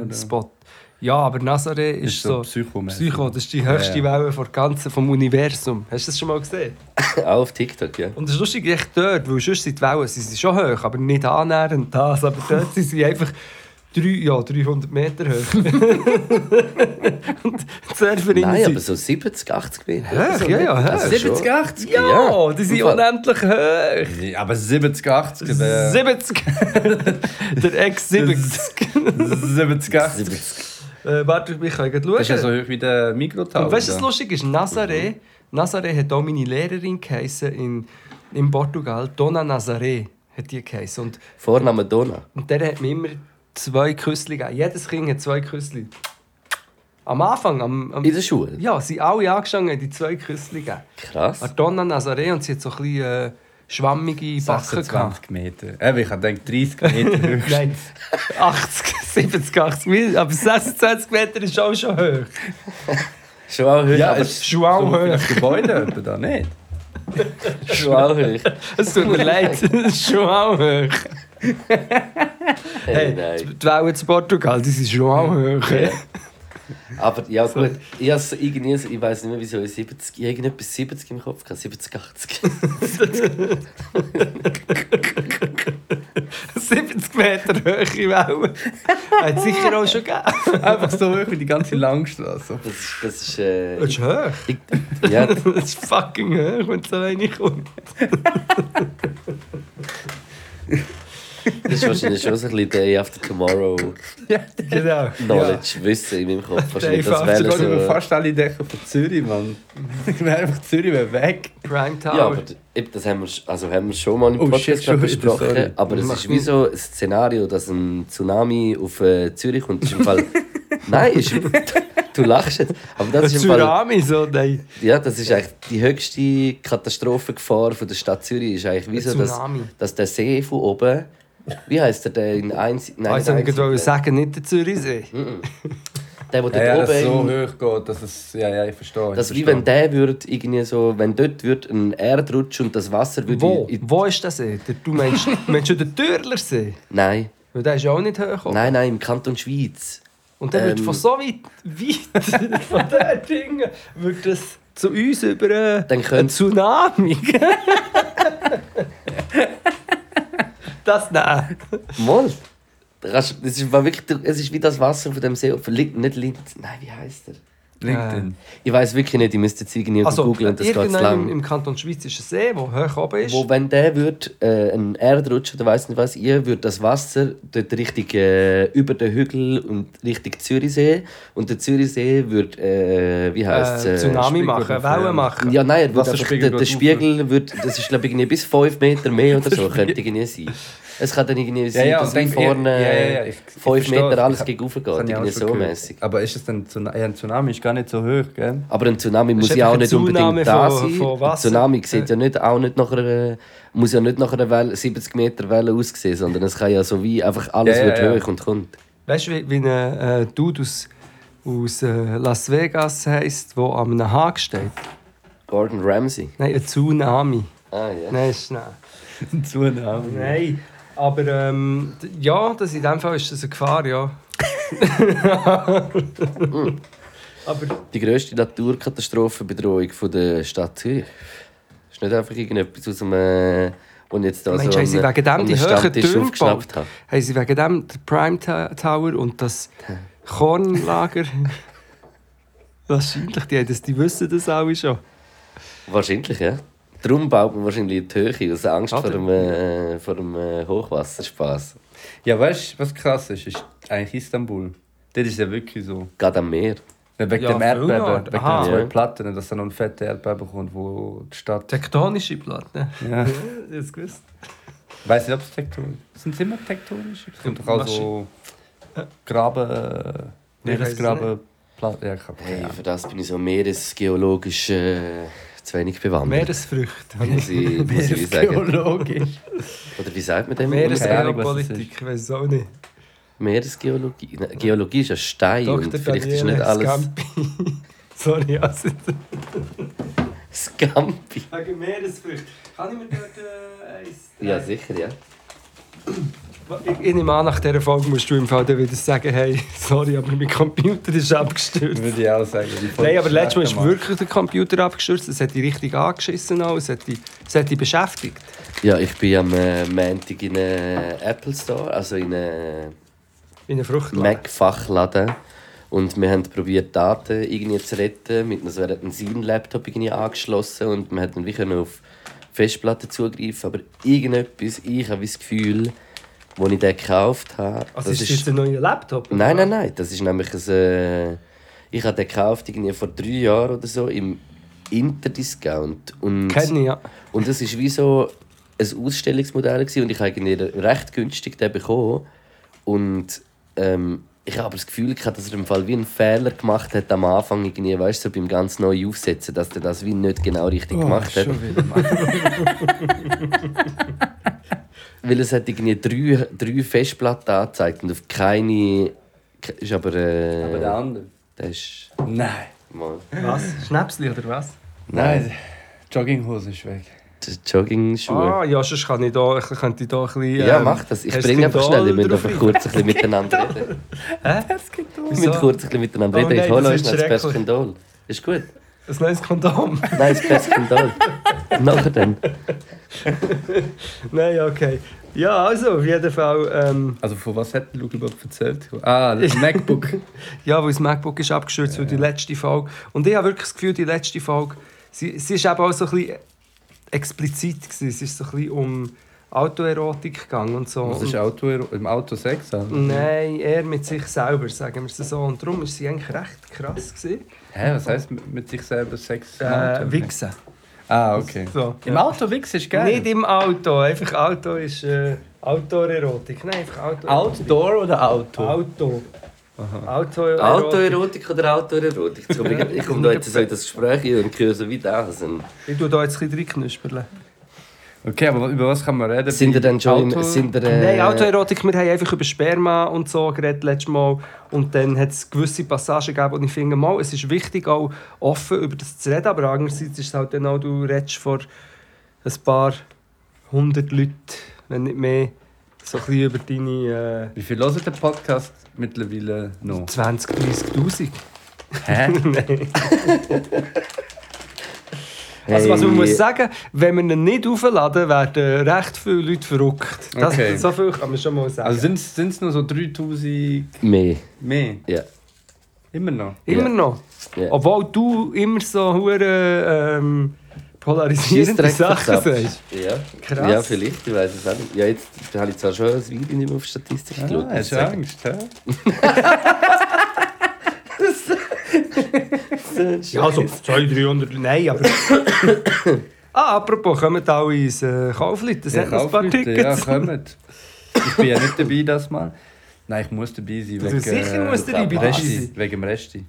S3: Surf-Innen-Spot. Ja, aber Nazareth ist,
S1: Ist
S3: so...
S1: so psychomäßig.
S3: Psycho, das ist die höchste
S1: Ja, ja.
S3: Welle vom ganzen, vom Universum. Hast du das schon mal gesehen?
S2: Auch auf TikTok, ja.
S3: Und das ist lustig, echt dort, weil sonst sind die Wellen sie sind schon hoch, aber nicht annähernd das. Aber dort sind sie einfach drei, ja, 300 Meter hoch. Und die Surferinnen
S2: Nein,
S3: sind...
S2: aber so 70, 80 Meter.
S3: Hoch,
S2: so Also
S3: ja, ja, hoch.
S2: 70,
S1: 80?
S3: Ja,
S2: Ja,
S3: die sind
S2: im Fall.
S3: unendlich hoch.
S1: Aber 70, 80? wäre-
S3: 70. Der Ex-70.
S1: 70, 80?
S2: 70.
S3: äh, warte, ich kann gleich schauen.
S1: Das ist ja so hoch wie der Mikrotower.
S3: Und weißt du, was lustig ist? Nazaré,
S2: Mhm.
S3: Nazaré hat auch meine Lehrerin geheißen in, in Portugal. Dona Nazaré hat die geheißen. Und,
S2: Vorname Dona.
S3: und der hat mir immer zwei Küssli gegeben. Jedes Kind hat zwei Küssli. Am Anfang, am, am
S2: In der Schule.
S3: ja, sie sind alle angestanden, haben die zwei Küssli gegeben.
S2: Krass.
S3: An Dona Nazaré und sie hat so ein bisschen äh, schwammige Backen gehabt.
S1: 26 Meter. Eben, ich denke 30 Meter hoch.
S3: Nein, 80, 70, 80 Meter, aber 26 Meter ist auch schon hoch.
S2: Schon auch hoch,
S1: Ja,
S2: aber
S1: es ist
S3: Schon auch
S1: so
S3: hoch.
S1: das Gebäude etwa da nicht.
S2: schon auch hoch.
S3: Es tut mir leid, ist schon auch hoch.
S2: Hey,
S3: Die
S2: nein.
S3: Wellen zu Portugal, die sind schon auch hoch. ey.
S2: Aber ja gut, ich, has irgendwie, so- ich weiß nicht mehr wieso, ich 70, ich hab irgendetwas 70 im Kopf gehabt, 70, 80.
S3: 70 Meter hohe Wellen. Hat es sicher auch schon gegeben.
S1: Einfach so hoch wie die ganze Langstrasse.
S2: Das ist, das ist, äh,
S3: Das ist hoch.
S2: ich, ja,
S3: Das ist fucking hoch, wenn so eine kommt.
S2: das ist wahrscheinlich schon so ein bisschen Day After Tomorrow
S3: Genau.
S2: Knowledge, Wissen in meinem Kopf. Wahrscheinlich,
S3: Day
S2: das
S3: after
S2: wäre
S1: Sogar über
S2: so...
S1: fast alle Dächer von Zürich, Mann. Ich wäre einfach Zürich wäre weg.
S3: Prime Tower.
S2: Ja, aber d- eben, das haben wir, sch- also haben wir schon mal im
S1: Oh, shit,
S2: Podcast
S1: schon wieder,
S2: besprochen.
S1: sorry.
S2: aber es
S3: Mach
S2: ist wie so ein Szenario, dass ein Tsunami auf äh, Zürich kommt. Ist im Fall, nein, ist, du lachst jetzt. Aber das ist im Fall,
S3: Tsunami, so, nein.
S2: ja, das ist eigentlich die höchste Katastrophengefahr von der Stadt Zürich. Ist eigentlich wie
S3: Ein
S2: so, dass,
S3: Tsunami.
S2: dass der See von oben, wie heißt der, der in eins, nein, Hm?
S3: Also,
S2: in
S3: ich wollte
S2: Einsiedeln-
S3: sagen, nicht der Zürichsee.
S2: der, wo
S1: Ja,
S2: dort
S1: ja,
S2: oben
S1: dass es so
S2: in-
S1: hoch geht, dass es... Ja, ja, ich verstehe.
S2: dass
S1: ich
S2: wie
S1: verstehe.
S2: wenn der würde irgendwie so, wenn dort würde ein Erdrutsch und das Wasser würde
S3: Wo?
S2: in-
S3: Wo ist das? ey? Der- Du meinst, meinst du den Türlersee?
S2: nein,
S3: Weil der ist ja auch nicht hoch.
S2: nein, nein, im Kanton Schweiz.
S3: Und dann wird
S2: Ähm.
S3: von so weit, weit von diesen Dingen, wird das zu uns über äh,
S2: Dann könnt-
S3: einen Tsunami. gehen. das nein.
S2: Moll. Da kannst- Das ist, war wirklich, du- es ist wie das Wasser von dem See. Von Lin, nicht Lin, nein, wie heißt er?
S1: LinkedIn.
S2: Ich weiß wirklich nicht, ich müsste jetzt irgendwie
S3: Also,
S2: googeln und das geht zu
S3: irgendein im,
S2: lang.
S3: im Kanton Schweiz ist ein See, der hoch oben ist.
S2: Wo, wenn der wird, äh, ein Erdrutsch oder weiß nicht was, ihr würde das Wasser dort richtig äh, über den Hügel und Richtung Zürichsee. Und der Zürichsee wird, äh, wie heißt
S3: äh,
S2: es?
S3: Tsunami
S1: Spiegel
S3: machen,
S1: auf,
S3: Wellen
S1: ähm,
S3: machen.
S2: ja, nein, er wird einfach,
S1: Wasserspiegel
S2: der, der
S1: geht
S2: Spiegel wird, das ist glaube ich irgendwie bis 5 Meter mehr oder so, könnte irgendwie sein. Es kann dann irgendwie sein,
S1: ja,
S2: dass
S1: und
S2: wie
S1: dann- ja,
S2: vorne
S1: ja, ja, ja, ich-
S2: 5
S1: ich verstehe.
S2: Meter alles
S1: Ich-
S2: gegen rauf geht,
S1: Das habe ich auch
S2: irgendwie
S1: schon
S2: so
S1: gehört.
S2: mäßig.
S1: Aber ist das denn... Tsun- Ja, ein Tsunami ist gar nicht so hoch, gell?
S2: Aber ein Tsunami muss
S3: ist
S2: ja auch
S3: einfach ein
S2: nicht
S3: Tsunami
S2: unbedingt da
S3: von-
S2: sein.
S3: von
S2: ein
S3: Wasser.
S2: Tsunami sieht ja nicht, auch nicht nach einer, muss ja nicht nach einer Welle, 70 Meter Welle aussehen, sondern es kann ja so wie einfach alles
S1: Ja, ja,
S2: wird
S1: ja.
S2: hoch und kommt.
S3: Weißt du, wie, wie ein äh, Dude aus, aus äh, Las Vegas heisst, der am einem Haag steht?
S2: Gordon Ramsay.
S3: Nein, ein Tsunami.
S2: Ah ja.
S3: Nein, ist nein.
S1: Ein Tsunami.
S3: Nein, aber ähm, d- ja, das in dem Fall ist das eine Gefahr, ja. aber
S2: Die grösste Naturkatastrophenbedrohung von der Stadt Zürich. Ist nicht einfach irgendetwas aus dem, äh, Und jetzt da
S3: Meinst du,
S2: so
S3: haben sie
S2: einen-
S3: wegen dem
S2: einen
S3: die höheren
S2: Stammtisch
S3: Türme
S2: aufgeschnappt
S3: gebaut?
S2: haben?
S3: Haben sie wegen dem den Prime Ta- Tower und das Kornlager? Wahrscheinlich, die, haben das, die wissen das alle schon.
S2: Wahrscheinlich, ja. Darum baut man wahrscheinlich in die Höhe aus Angst
S3: Oder?
S2: vor dem, äh, vor dem äh, Hochwasserspaß.
S1: Ja, weißt du, was krass ist? ist eigentlich Istanbul. Dort ist ja wirklich so.
S2: Gerade am Meer.
S1: Ja, Wegen
S3: Ja,
S1: dem
S3: viel
S1: Erdbeben,
S3: Nord.
S1: wegen den
S3: Aha.
S1: zwei
S2: Ja.
S1: Platten, dass dann noch ein fetter Erdbeben kommt, wo die Stadt.
S3: Tektonische ne? Platte.
S1: Ja.
S3: Jetzt gewusst.
S1: Weiß nicht, ob es tektonisch ist. Sind es immer tektonische? Es kommt doch auch so. Graben. äh,
S3: Ich weiss es
S1: Meeresgraben. Platten. Ja, keine
S2: Hey,
S1: Ahnung.
S2: für das bin ich so meeresgeologisch äh, zu wenig bewandert.
S3: Meeresfrüchte.
S2: Muss ich, muss ich sagen.
S1: Meeresgeologisch.
S2: Oder wie sagt man dem? Äh,
S1: Keine Ahnung, was das
S3: Meeresgeopolitik, ich weiß es auch nicht.
S2: Meeresgeologie. Nein, Geologie ist ein Stein und
S3: Dr.
S2: vielleicht ist
S3: Daniel
S2: nicht alles
S3: Scampi. Sorry, also.
S2: Scampi.
S3: Wegen Meeresfrüchte. Kann ich mir dort äh, eins...
S2: Ja, sicher, ja.
S3: Ich, ich nehme an, nach dieser Folge musst du im Fall dann wieder sagen, hey, sorry, aber mein Computer ist abgestürzt.
S1: Würde ich auch sagen. die Folge
S3: Nein, aber letztes Mal ist
S1: schlechter
S3: wirklich der Computer abgestürzt. Es hat dich richtig angeschissen auch. Es hat dich, es hat dich beschäftigt.
S2: Ja, ich bin am äh, Montag in einem Apple Store, also in einem
S3: In einer Fruchtladen.
S2: Mac-Fachladen. Und wir haben probiert, Daten irgendwie zu retten. Mit also so hat seinen Laptop irgendwie angeschlossen und man hat dann wirklich noch auf Festplatten zugreifen. Aber irgendetwas, ich habe das Gefühl, als ich den gekauft habe.
S3: Also ist das jetzt ein neuer Laptop?
S2: Nein, nein, nein. Das ist nämlich ein. Äh, ich habe den gekauft irgendwie vor drei Jahren oder so im Interdiscount. Und,
S3: Kenne ich, ja.
S2: und das ist wie so ein Ausstellungsmodell gewesen, und ich habe irgendwie recht günstig den bekommen. Und ähm, ich habe aber das Gefühl gehabt, dass er im Fall wie einen Fehler gemacht hat am Anfang irgendwie, weißt du, so beim ganz neuen Aufsetzen, dass er das wie nicht genau richtig gemacht hat. Weil es hat irgendwie drei, drei Festplatten angezeigt und auf keine ke- ist aber äh,
S1: Mann. Aber der andere?
S2: das ist
S1: Nein.
S2: mal
S3: Was? Schnäpsli oder was?
S1: Nein. Jogginghose ist weg.
S2: die Jogging-Schuhe.
S3: Ah, ja, sonst kann ich da, ich- könnte ich da ein bisschen...
S2: ja,
S3: ähm,
S2: mach das. Ich
S3: hast
S2: springe
S3: du
S2: einfach schnell. Wir
S3: Kindle
S2: müssen
S3: drauf?
S2: einfach kurz ein bisschen miteinander reden. Wir müssen
S3: Wieso?
S2: kurz ein bisschen miteinander
S3: Oh
S2: reden. Ich
S3: nein,
S2: hole
S3: das
S2: euch
S3: ist
S2: noch das
S3: schrecklich.
S2: Perskindol. Ist gut?
S3: Ein neues Kondom.
S2: Nein, das Perskindol. Nachher dann.
S3: Nein, okay. Ja, also, auf jeden Fall... Ähm,
S1: Also von was hat Luke überhaupt erzählt? Ah, das MacBook.
S3: Ja, weil das MacBook ist abgestürzt, weil die letzte Folge. Und ich habe wirklich das Gefühl, die letzte Folge, sie, sie ist eben auch so ein bisschen explizit gewesen. Es ist so ein bisschen um Autoerotik gegangen und so.
S1: Was ist
S3: Und-
S1: Auto, im Auto Sex
S3: Mhm.
S1: haben?
S3: Nein, eher mit sich selber, sagen wir es so. Und darum war sie eigentlich recht krass. Gewesen.
S1: Hä, was heißt mit mit sich selber Sex? im
S3: Äh,
S1: Auto?
S3: Wichsen.
S1: Ah, okay.
S3: So,
S1: Im
S3: ja.
S1: Auto Wichsen ist geil.
S3: Nicht im Auto, einfach Auto ist äh, Outdoor-Erotik. Nein, einfach Auto.
S1: Outdoor oder Auto?
S3: Auto. Autoerotik.
S2: Autoerotik oder Autoerotik? Jetzt komme Ich ich komme da jetzt so in das Gespräch rein und höre so wie das. Und
S3: Ich tue da jetzt ein bisschen reinknüspeln.
S1: Okay, aber über was kann man reden?
S2: Sind ihr denn schon
S1: Auto?
S2: im... Sind ihr, äh,
S3: Nein, Autoerotik, wir haben einfach über Sperma und so geredet letztes Mal. Und dann hat es gewisse Passagen gegeben und ich finde mal, es ist wichtig, auch offen über das zu reden, aber andererseits ist es halt dann auch, du redest vor ein paar hundert Leuten, wenn nicht mehr, so ein bisschen über deine
S1: Wie viel hört der Podcast mittlerweile
S3: äh,
S1: noch?
S3: 20, 30'000.
S1: Hä?
S3: Also was man
S2: Hey.
S3: muss sagen, wenn wir ihn nicht aufladen, werden recht viele Leute verrückt. Das,
S1: Okay.
S3: So viel kann man schon mal sagen.
S1: Also sind es nur so 3000
S2: Mehr,
S1: mehr?
S2: ja.
S1: Immer noch?
S3: Immer
S2: Ja.
S3: noch.
S2: Ja.
S3: Obwohl du immer so hure ähm, polarisierende
S2: Scheissdreck
S3: Sachen
S2: verzapft.
S3: sagst.
S2: Ja.
S3: Krass.
S2: Ja, vielleicht, ich weiß es auch nicht. Ja, jetzt habe ich zwar schon ein Video nicht mehr auf Statistik geschaut.
S1: Ah,
S2: muss ich
S1: hast du
S2: sagen.
S1: Angst, hä?
S3: Ja, also- so 200, 300, nein, aber... ah, apropos, kommen alle ins äh, Kaufleute, das hat noch ein paar
S1: Kaufleute, ja,
S3: Tickets.
S1: kommt. Ich bin ja nicht dabei das Mal. Nein, ich muss dabei sein.
S3: Du sicher musst du dabei
S1: dem
S3: dabei
S1: Resti,
S3: sein.
S1: Wegen dem Resti.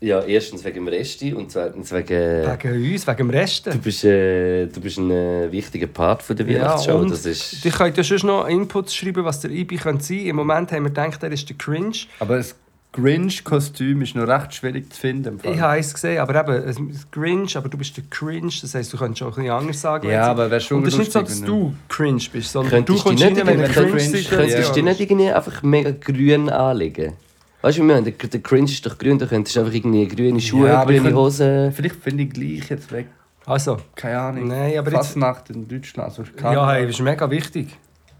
S2: Ja, erstens wegen dem Resti und zweitens wegen...
S3: Wegen uns, wegen dem
S2: Du
S3: Rest.
S2: bist, äh, du bist ein äh, wichtiger Part von der Weihnachtsshow.
S3: und
S2: das ist...
S3: Ihr könnt ja sonst noch Inputs schreiben, was der Ibi könnte sein Im Moment haben wir gedacht, er ist der Cringe.
S1: Aber das Grinch-Kostüm ist noch recht schwierig zu finden. Im Fall.
S3: Ich habe es gesehen, aber eben, es ist Cringe, aber du bist der Cringe, das heisst, du könntest auch ein bisschen anders sagen.
S1: Ja,
S3: wenn sie-
S1: aber wäre schon
S3: Und es ist nicht so, dass
S1: lustig,
S3: du Cringe bist, sondern
S2: Könntest
S3: du
S2: du
S3: kommst
S2: nicht,
S3: rein, wenn du
S2: irgendwie-
S3: Cringe
S1: Cringe-
S3: bist.
S2: Könntest du dich nicht irgendwie einfach mega grün anlegen? Weißt du, wir haben, der, der Cringe ist doch grün, du könntest einfach irgendwie grüne Schuhe,
S1: Ja, aber ich
S2: grüne
S1: könnte-
S2: Hosen.
S1: Vielleicht finde ich gleich jetzt weg.
S3: Also,
S1: Keine Ahnung.
S3: Nein, aber jetzt-
S1: Fastnacht in Deutschland. Also
S3: ja, hey, das ist mega wichtig.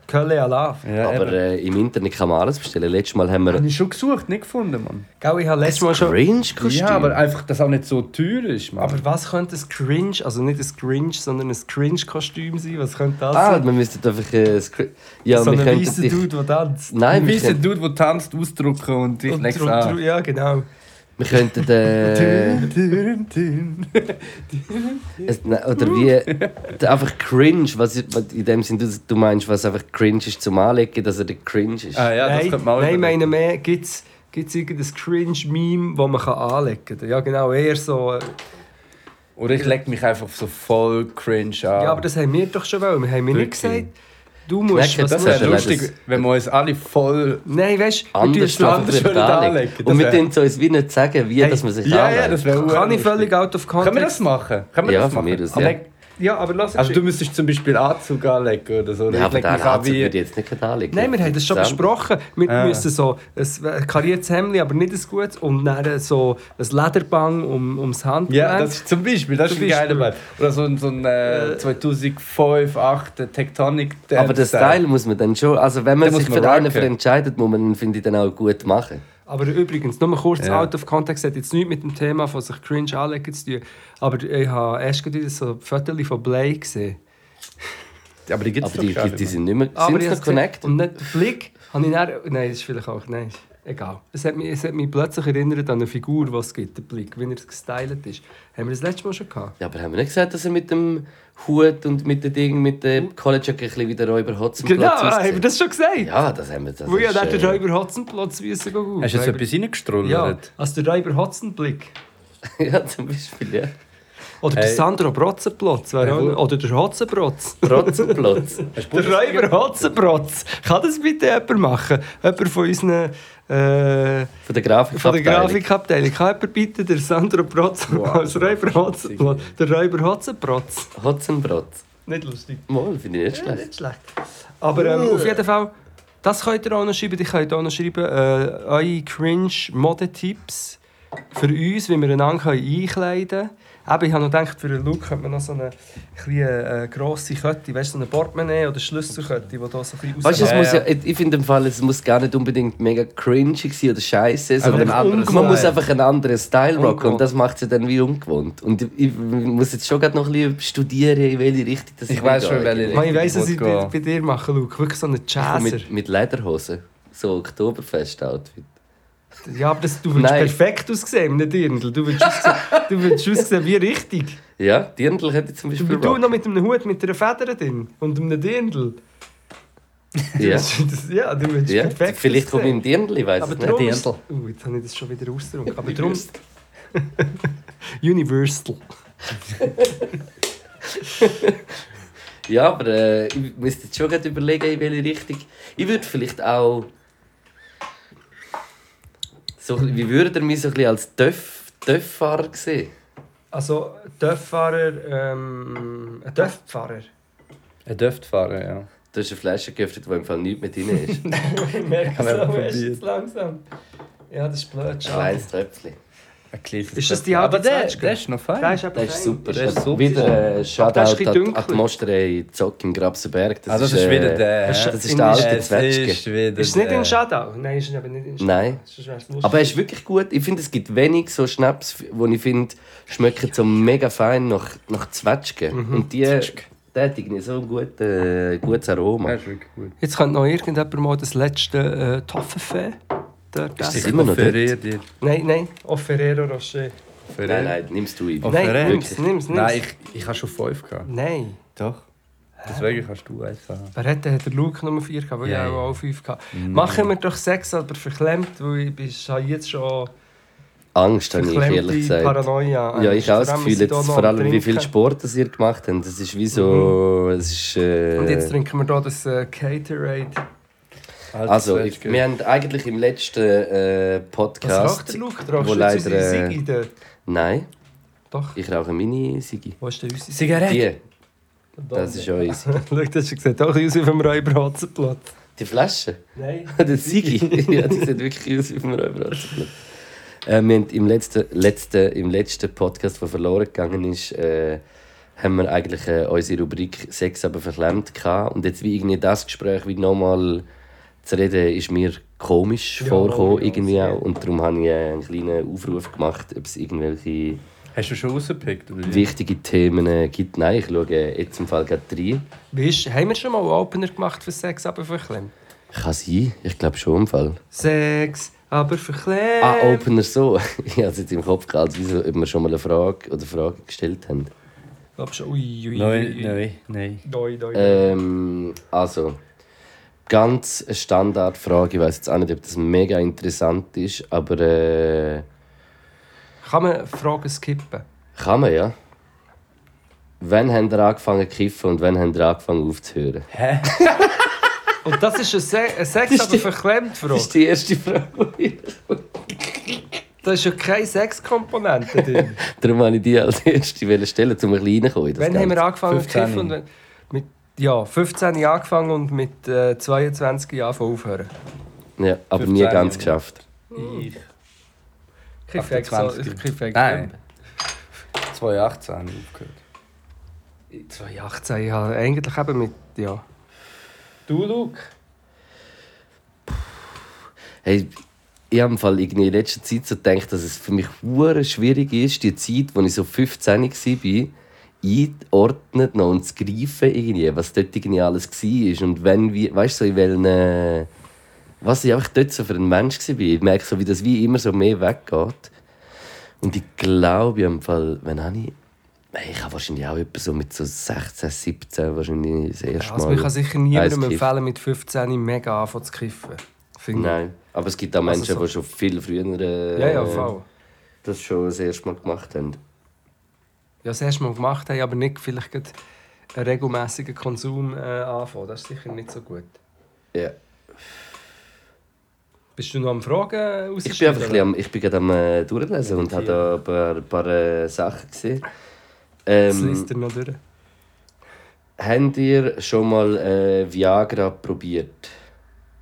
S3: Kölle Alav.
S1: ja
S2: Aber
S1: aber.
S2: äh, im Internet kann man alles bestellen. Letztes Mal haben wir
S1: Habe ich schon gesucht, nicht gefunden, Mann.
S3: Gell, ich habe letztes Mal schon...
S2: Cringe-Kostüm.
S1: Ja, aber einfach, dass auch nicht so teuer ist, Mann.
S3: Aber was könnte ein Cringe, also nicht ein Cringe, sondern ein Cringe-Kostüm sein? Was könnte
S1: also-
S3: das
S2: Ah,
S3: sein?
S2: wir müssten einfach... Äh, das Cri- ja,
S3: so
S2: wir
S3: ein
S2: könnten
S3: weißer
S2: dich-
S3: Dude, der tanzt.
S2: Nein,
S1: ein
S2: wir,
S1: weißer
S2: könnten,
S1: Dude, der tanzt, ausdrucken und ich
S3: Und
S1: leg's
S3: drum- drum-
S1: an.
S3: Ja, genau.
S2: wir könnten... Äh,
S1: Dün, dün, dün.
S2: Es, nein, oder wie d- einfach cringe, was, was in dem Sinn du, du meinst, was einfach cringe ist zum Anlegen, dass er der cringe ist.
S1: Ah ja, das
S3: nein,
S1: könnte man auch
S3: nein, ich
S1: überlegen.
S3: meine mehr, gibt es irgendein Cringe-Meme, das man kann anlegen kann? Ja, genau, eher so... äh,
S1: Ah. Oder ich leg mich einfach so voll cringe an.
S3: Ja, aber das haben wir doch schon wollen. Wir haben mir nicht
S1: Wirklich?
S3: gesagt, du musst...
S2: Knacken,
S3: was
S2: das
S3: du-
S2: hast
S1: wäre
S2: du
S1: lustig,
S2: leider-
S1: wenn wir uns alle voll...
S3: Nein, weißt du,
S2: Anders
S3: du
S2: einfach
S1: anders
S2: wieder
S1: würden
S2: anlegen.
S1: anlegen, das
S2: Und wir
S1: wär-
S2: können es uns wie nicht sagen, wie
S3: Hey,
S2: dass man sich
S1: Ja,
S2: anlegt.
S1: ja, das wäre
S3: kann ich völlig out of context...
S1: Können wir das machen? Können wir
S2: Ja,
S1: das
S2: von
S1: machen?
S2: mir aus,
S1: Aber
S2: ja.
S1: leg-
S3: Ja, aber lass
S1: Also du müsstest zum Beispiel Anzug anlegen oder so. oder
S2: ja, aber
S1: leg
S2: den
S1: mich an
S2: Anzug
S1: wie-
S2: würde ich jetzt nicht anlegen.
S3: Nein, wir haben das schon
S2: Zusammen.
S3: besprochen. Wir
S1: Ah.
S3: müssen so ein kariertes Hemd, aber nicht ein gutes, und dann so ein Lederband um, ums Handgelenk.
S1: Ja, das ist zum Beispiel, das
S3: Zum
S1: ist ein geiler
S3: Beispiel.
S1: Mann. Oder so ein, so ein äh, 2005, 2008 Tectonic Dance.
S2: Aber den Style muss man dann schon, also wenn man
S1: Den
S2: sich
S1: muss man
S2: für einen
S1: worken.
S2: für entscheidet, muss man ihn, finde ich, dann auch gut machen.
S3: Aber übrigens, nur mal kurz
S1: Ja.
S3: out of context, hat jetzt nichts mit dem Thema von sich cringe anlegen zu tun. Aber ich habe erst gerade wieder so Fotos von Blake gesehen.
S1: Aber die gibt
S2: Aber
S1: es
S2: die, Ah, die, die sind nicht mehr,
S3: Aber
S2: sind
S3: ich habe
S2: sie noch
S3: es gesehen.
S2: connected?
S3: Und nicht den Blick habe ich dann, Nein, das ist vielleicht auch... Nein, ist egal. Es hat, mich, es hat mich plötzlich erinnert an eine Figur, die es gibt, der Blick, wenn er gestylt ist. Haben wir das letzte Mal schon gehabt?
S2: Ja, aber haben wir nicht gesagt, dass er mit dem Hut und mit den Dingen, mit dem College ein bisschen wieder über Hotz und
S3: Genau,
S2: Platz
S3: haben wir
S2: aussieht.
S3: das schon gesagt?
S2: Ja, das haben wir. Das
S3: Wo ja
S2: ist,
S3: dann
S2: äh,
S3: der Räuber Hotzenplatz wissen gehen.
S1: Hast du jetzt etwas
S3: Ja,
S1: reingestrullert?
S3: also der Räuber Hotzenblick.
S2: Ja, zum Beispiel, ja.
S3: Oder der
S1: Hey.
S3: Sandro Brotzenplatz. wäre auch
S1: wo-
S3: noch- Oder der Hotzenprotz.
S2: Trotzenplatz.
S3: Der Räuber Hotzenprotz. Kann das bitte jemand machen? Jemand von unseren... Äh,
S2: Von der Grafik.
S3: von der Grafikabteilung. Kann jemand bitte der Sandro Brotz als Räuber Hotzenplatz? Der Räuber Hotzenprotz.
S2: Hotzenbrot.
S3: Nicht lustig.
S2: Mal, finde ich nicht schlecht.
S3: Nicht schlecht. Aber ähm, auf jeden Fall, das könnt ihr auch noch schreiben. Ich könnt auch noch schreiben, äh, eure Cringe-Modetipps für uns, wie wir einander können einkleiden können. Eben, ich habe noch gedacht, für einen Look könnte man noch so eine kleine äh, grosse Kette, weißt du, so eine Portemonnaie oder Schlüsselkette, die da so ein bisschen
S2: Weißt du, es
S1: Ja,
S2: muss
S1: ja.
S2: ja, ich ich finde im Fall, es muss gar nicht unbedingt mega cringy sein oder scheiße,
S1: Aber
S2: sondern
S1: ein anderes
S2: man muss
S1: Style.
S2: einfach einen anderen Style rocken
S3: Ungewohnt.
S2: und das macht sie dann wie ungewohnt. Und ich, ich muss jetzt schon gerade noch ein bisschen studieren, in welche Richtung das
S1: Ich weiss
S2: will
S1: schon,
S2: gehen.
S1: welche
S3: Mann, ich weiss, was ich
S1: Richtig
S3: bei,
S1: gut
S3: bei dir mache, Luke. Wirklich so einen
S2: Und
S3: Jazzer.
S2: Mit, mit Lederhosen. So halt. Oktoberfest-Outfit.
S3: Ja, aber das, du würdest
S2: Nein.
S3: perfekt aussehen, nicht Dirndl. Du würdest aussehen, du würdest aussehen wie richtig.
S2: Ja, Dirndl hätte ich zum
S3: Du,
S2: Beispiel
S3: du
S2: rocken.
S3: noch mit einem Hut, mit einer Feder drin und einem Dirndl.
S2: Ja,
S3: Das, ja, du würdest
S2: ja.
S3: perfekt
S2: Vielleicht komme ich
S3: aussehen.
S2: im Dirndl, ich weiß
S3: Aber
S2: es
S3: drum
S2: nicht.
S3: ist, uh, jetzt habe ich das schon wieder ausgedrückt. Aber drum Universal.
S2: Ja, aber äh, ich müsste jetzt schon gerade überlegen, in welche Richtung. Ich würde vielleicht auch. So, wie würde er mich so ein bisschen als Töff- Töff-Fahrer sehen?
S3: Also Dörffahrer, ähm, ein Dörffahrer.
S1: Er dürfte fahren, ja.
S2: Du hast eine Flasche geöffnet, die im Fall nichts mehr drin ist.
S3: Ich merke
S1: Haben wir
S3: es auch
S1: probiert.
S3: erst jetzt langsam. Ja, das ist blöd.
S2: Ein
S3: schade.
S2: kleines Tröpfchen.
S1: Ein kleines
S3: Ist das
S1: Töpfchen.
S3: die alte
S1: Aber der,
S3: Zwetschge?
S1: der ist noch fein.
S3: Der ist aber
S2: Das ist
S3: fein.
S2: super.
S1: Das ist super.
S2: Wieder ein Shoutout
S3: das ist ein bisschen
S2: an, an die
S3: dunkel.
S2: Mosterei Zock in Grabsenberg.
S1: ah, das ist, wieder
S2: äh,
S1: der.
S3: das
S2: Das ist der alte
S1: Es ist
S2: Zwetschge.
S1: wieder
S3: Ist es nicht
S1: der.
S3: in Schadau? Nein, ist es aber nicht in Schadau.
S2: Nein.
S3: Sonst wär's lustig.
S2: Aber er ist wirklich gut. Ich finde, es gibt wenig so Schnaps, wo ich finde, schmecken so mega fein nach, nach Zwetschgen.
S3: Mhm.
S2: Und die, der hat irgendwie so ein gut, äh, gutes Aroma.
S1: Der ist wirklich gut.
S3: Jetzt könnte noch irgendjemand mal das letzte äh, Toffefee dort
S2: Ist
S3: essen.
S2: immer noch dort?
S1: Offerier dir.
S3: Nein, nein, auf Oh, Ferrero Rocher.
S1: Offerier.
S2: Nein, nein, nimmst du ihn.
S1: Auf
S3: Nein,
S1: Ferrero?
S3: nimm's, nimm's, nimm's.
S1: Nein, ich, ich habe schon fünf gehabt.
S3: Nein.
S1: Doch. Deswegen kannst du eins haben.
S3: Wer hätte hat der Luke Nummer 4 gehabt, weil
S1: Ja,
S3: ich
S1: ja.
S3: auch alle 5 gehabt.
S2: Mhm.
S3: Machen wir doch 6, aber verklemmt, weil ich bin ich habe jetzt schon
S2: Angst habe ich, ehrlich
S3: verklemmte
S2: gesagt.
S3: Paranoia.
S2: Ja, ich habe auch das Gefühl, jetzt, vor allem wie viel
S3: viel
S2: Sport das ihr gemacht habt, das ist wie so... Es ist, äh,
S3: Mhm. Und jetzt trinken wir hier das äh, Caterade.
S1: Alter,
S2: also, ich,
S1: Zwetschge.
S2: wir haben eigentlich im letzten äh,
S3: Was raucht
S2: Podcast...
S3: der Luke? Rauchst
S2: wo
S3: du jetzt unsere
S2: leider, äh,
S3: Sigi dort?
S2: Nein,
S3: Doch.
S2: ich rauche meine Sigi.
S3: Wo ist denn unsere Sigi?
S1: Zigarette.
S2: Die, das ist unsere. Sigi.
S3: Schau, das sieht auch ein bisschen aus wie vom Räuberhotzenplatz.
S2: Die Flasche.
S3: Nein.
S2: Der Sigi. ja, die sieht wirklich aus wie vom Räuberhotzenplatz. Äh, wir haben im letzten, letzten, im letzten Podcast, der verloren gegangen ist, äh, haben wir eigentlich äh, unsere Rubrik Sex aber verklemmt gehabt. Und jetzt wie irgendwie das Gespräch wie nochmal zu reden, ist mir komisch
S3: Ja,
S2: vorgekommen
S3: ja,
S2: irgendwie
S3: sehr.
S2: auch. Und darum habe ich äh, einen kleinen Aufruf gemacht, ob es irgendwelche
S1: Hast du schon rausgepickt? Oder? wie?
S2: wichtige Themen äh, gibt. Nein, ich schaue äh, jetzt im Fall gerade rein.
S3: Weißt, haben wir schon mal einen Opener gemacht für Sex, aber verklemmt?
S2: Kann sein, ich glaube schon im Fall.
S3: Sex, aber verklemmt.
S2: Ah, Opener so. Ich habe es jetzt im Kopf gehabt, als ob wir schon mal eine Frage oder Fragen gestellt haben.
S3: Glaub schon. Ui, ui,
S1: Nein,
S3: ui, ui.
S1: nein, nein.
S3: Neu, neu.
S2: Ähm, also, ganz eine Standardfrage. Ich weiß jetzt auch nicht, ob das mega interessant ist, aber äh,
S3: Kann man Fragen skippen?
S2: kann man ja. Wann habt ihr angefangen zu kiffen und wann habt ihr angefangen aufzuhören?
S1: Hä?
S3: Und das ist eine, Se eine Sex, aber verklemmt Frage.
S2: Das ist die erste Frage.
S3: Da ist ja keine Sexkomponente drin.
S2: Darum wollte ich die als erste wollen stellen, um ein bisschen reinkommen. in das
S3: Wann haben wir
S2: Ganze.
S3: angefangen zu
S1: 15.
S3: kiffen? Und wenn, mit, ja, 15 Jahre angefangen und mit äh, 22 Jahren aufhören.
S2: Ja, aber
S1: 15
S2: nie ganz
S1: Jahre.
S2: geschafft.
S1: Ich.
S3: Kiff extra, ich
S1: 28.
S3: kiff extra.
S1: Nein. 2018 habe ich aufgehört.
S3: 2018, ja, eigentlich eben mit, ja.
S1: Du, Luke?
S2: Hey, ich habe im Fall irgendwie in letzter Zeit so gedacht, dass es für mich hure schwierig ist, die Zeit, wo ich so 15 war, einordnet noch und zu greifen, irgendwie, was dort irgendwie alles war. Und wenn, wie, weißt du, so in welchen. äh, Was ich einfach dort so für ein Mensch war. Ich merke so, wie das wie immer so mehr weggeht. Und ich glaube im Fall, wenn habe ich. Hey, ich habe wahrscheinlich auch etwa so mit so 16, 17 wahrscheinlich das erste
S3: Also,
S2: Mal.
S3: man kann sicher niemandem
S2: eins gekifft.
S3: empfehlen, mit 15 mega anfangen zu kiffen. Finde ich.
S2: Nein, aber es gibt auch
S3: Also
S2: Menschen,
S3: so-
S2: die schon viel früher äh,
S3: Ja, ja, voll.
S2: das schon das erste Mal gemacht haben.
S3: Ja, das erste Mal gemacht haben, aber nicht vielleicht gerade einen regelmäßigen Konsum äh, anfangen. Das ist sicher nicht so gut.
S2: Ja.
S3: Bist du noch am Fragen raus?
S2: Ich bin einfach ein bisschen am, ich bin gerade am äh, durchlesen und habe da ein paar, ein paar äh, Sachen gesehen.
S3: Das
S2: Ähm,
S3: liest er noch durch.
S2: habt ihr schon mal äh, Viagra probiert?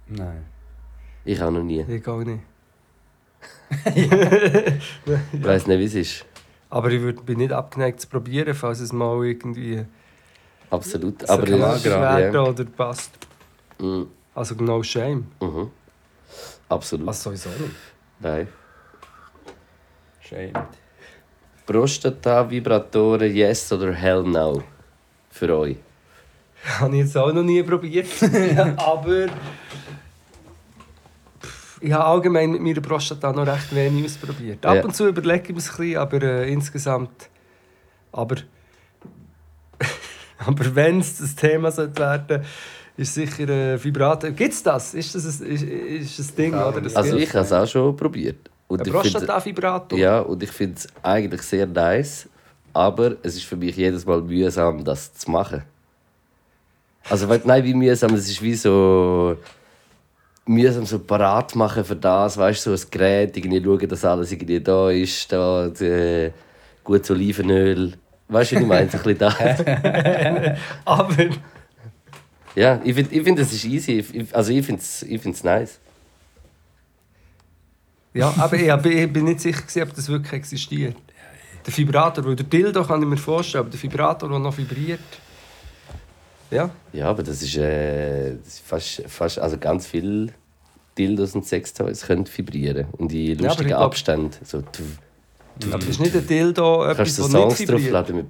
S1: Nein.
S2: Ich auch noch nie.
S3: Ich auch nicht.
S2: Ich weiß nicht, wie es ist.
S3: Aber ich würd, bin nicht abgeneigt zu probieren, falls es mal irgendwie
S2: Absolut. Aber
S3: sarkastisch
S2: ja.
S3: werden oder passt.
S2: Mm,
S3: Also no shame. Also,
S2: mhm. Absolut.
S3: Was sowieso nicht.
S2: Nein.
S1: Shame.
S2: Prostata-Vibratoren, yes oder hell no? Für euch.
S3: Habe ich jetzt auch noch nie probiert. Aber Pff, ich habe allgemein mit meiner Prostata noch recht wenig ausprobiert. Ab
S2: Ja.
S3: und zu überlege ich mir es ein bisschen, aber äh, insgesamt. Aber, aber wenn es das Thema sollte werden ist sicher äh, Vibrator. Gibt es das? Ist das ein, ist, ist ein Ding?
S1: Ja,
S3: oder? Das
S2: Also
S3: gibt's?
S2: ich habe es auch schon probiert. Und
S3: Ein
S2: ich find's-
S3: Prostata-Vibrator?
S2: Ja, und ich finde es eigentlich sehr nice, aber es ist für mich jedes Mal mühsam, das zu machen. Also, weil, nein, wie mühsam, es ist wie so. mühsam so parat machen für das, weißt du, so ein Gerät, irgendwie schauen, dass alles irgendwie da ist, da, äh, gutes Olivenöl. Weißt du, wie ich meine? So ein bisschen das.
S3: Aber
S2: Ja, ich finde, ich find, es ist easy. Ich- ich- Also, ich finde es ich find's nice.
S3: Ja, aber ich, aber ich bin nicht sicher, gewesen, ob das wirklich existiert. Der Vibrator, weil der Dildo kann ich mir vorstellen, aber der Vibrator, der noch vibriert. Ja,
S2: Ja, aber das ist, äh, das ist fast, fast also ganz viel Dildos und Sextoys können vibrieren und in
S3: aber
S2: lustigen
S3: ich glaub-
S2: Abständen. So, du
S3: aber ist nicht ein Dildo, etwas,
S2: kannst so
S3: das nicht
S2: Songs
S3: vibriert?
S2: draufladen mit.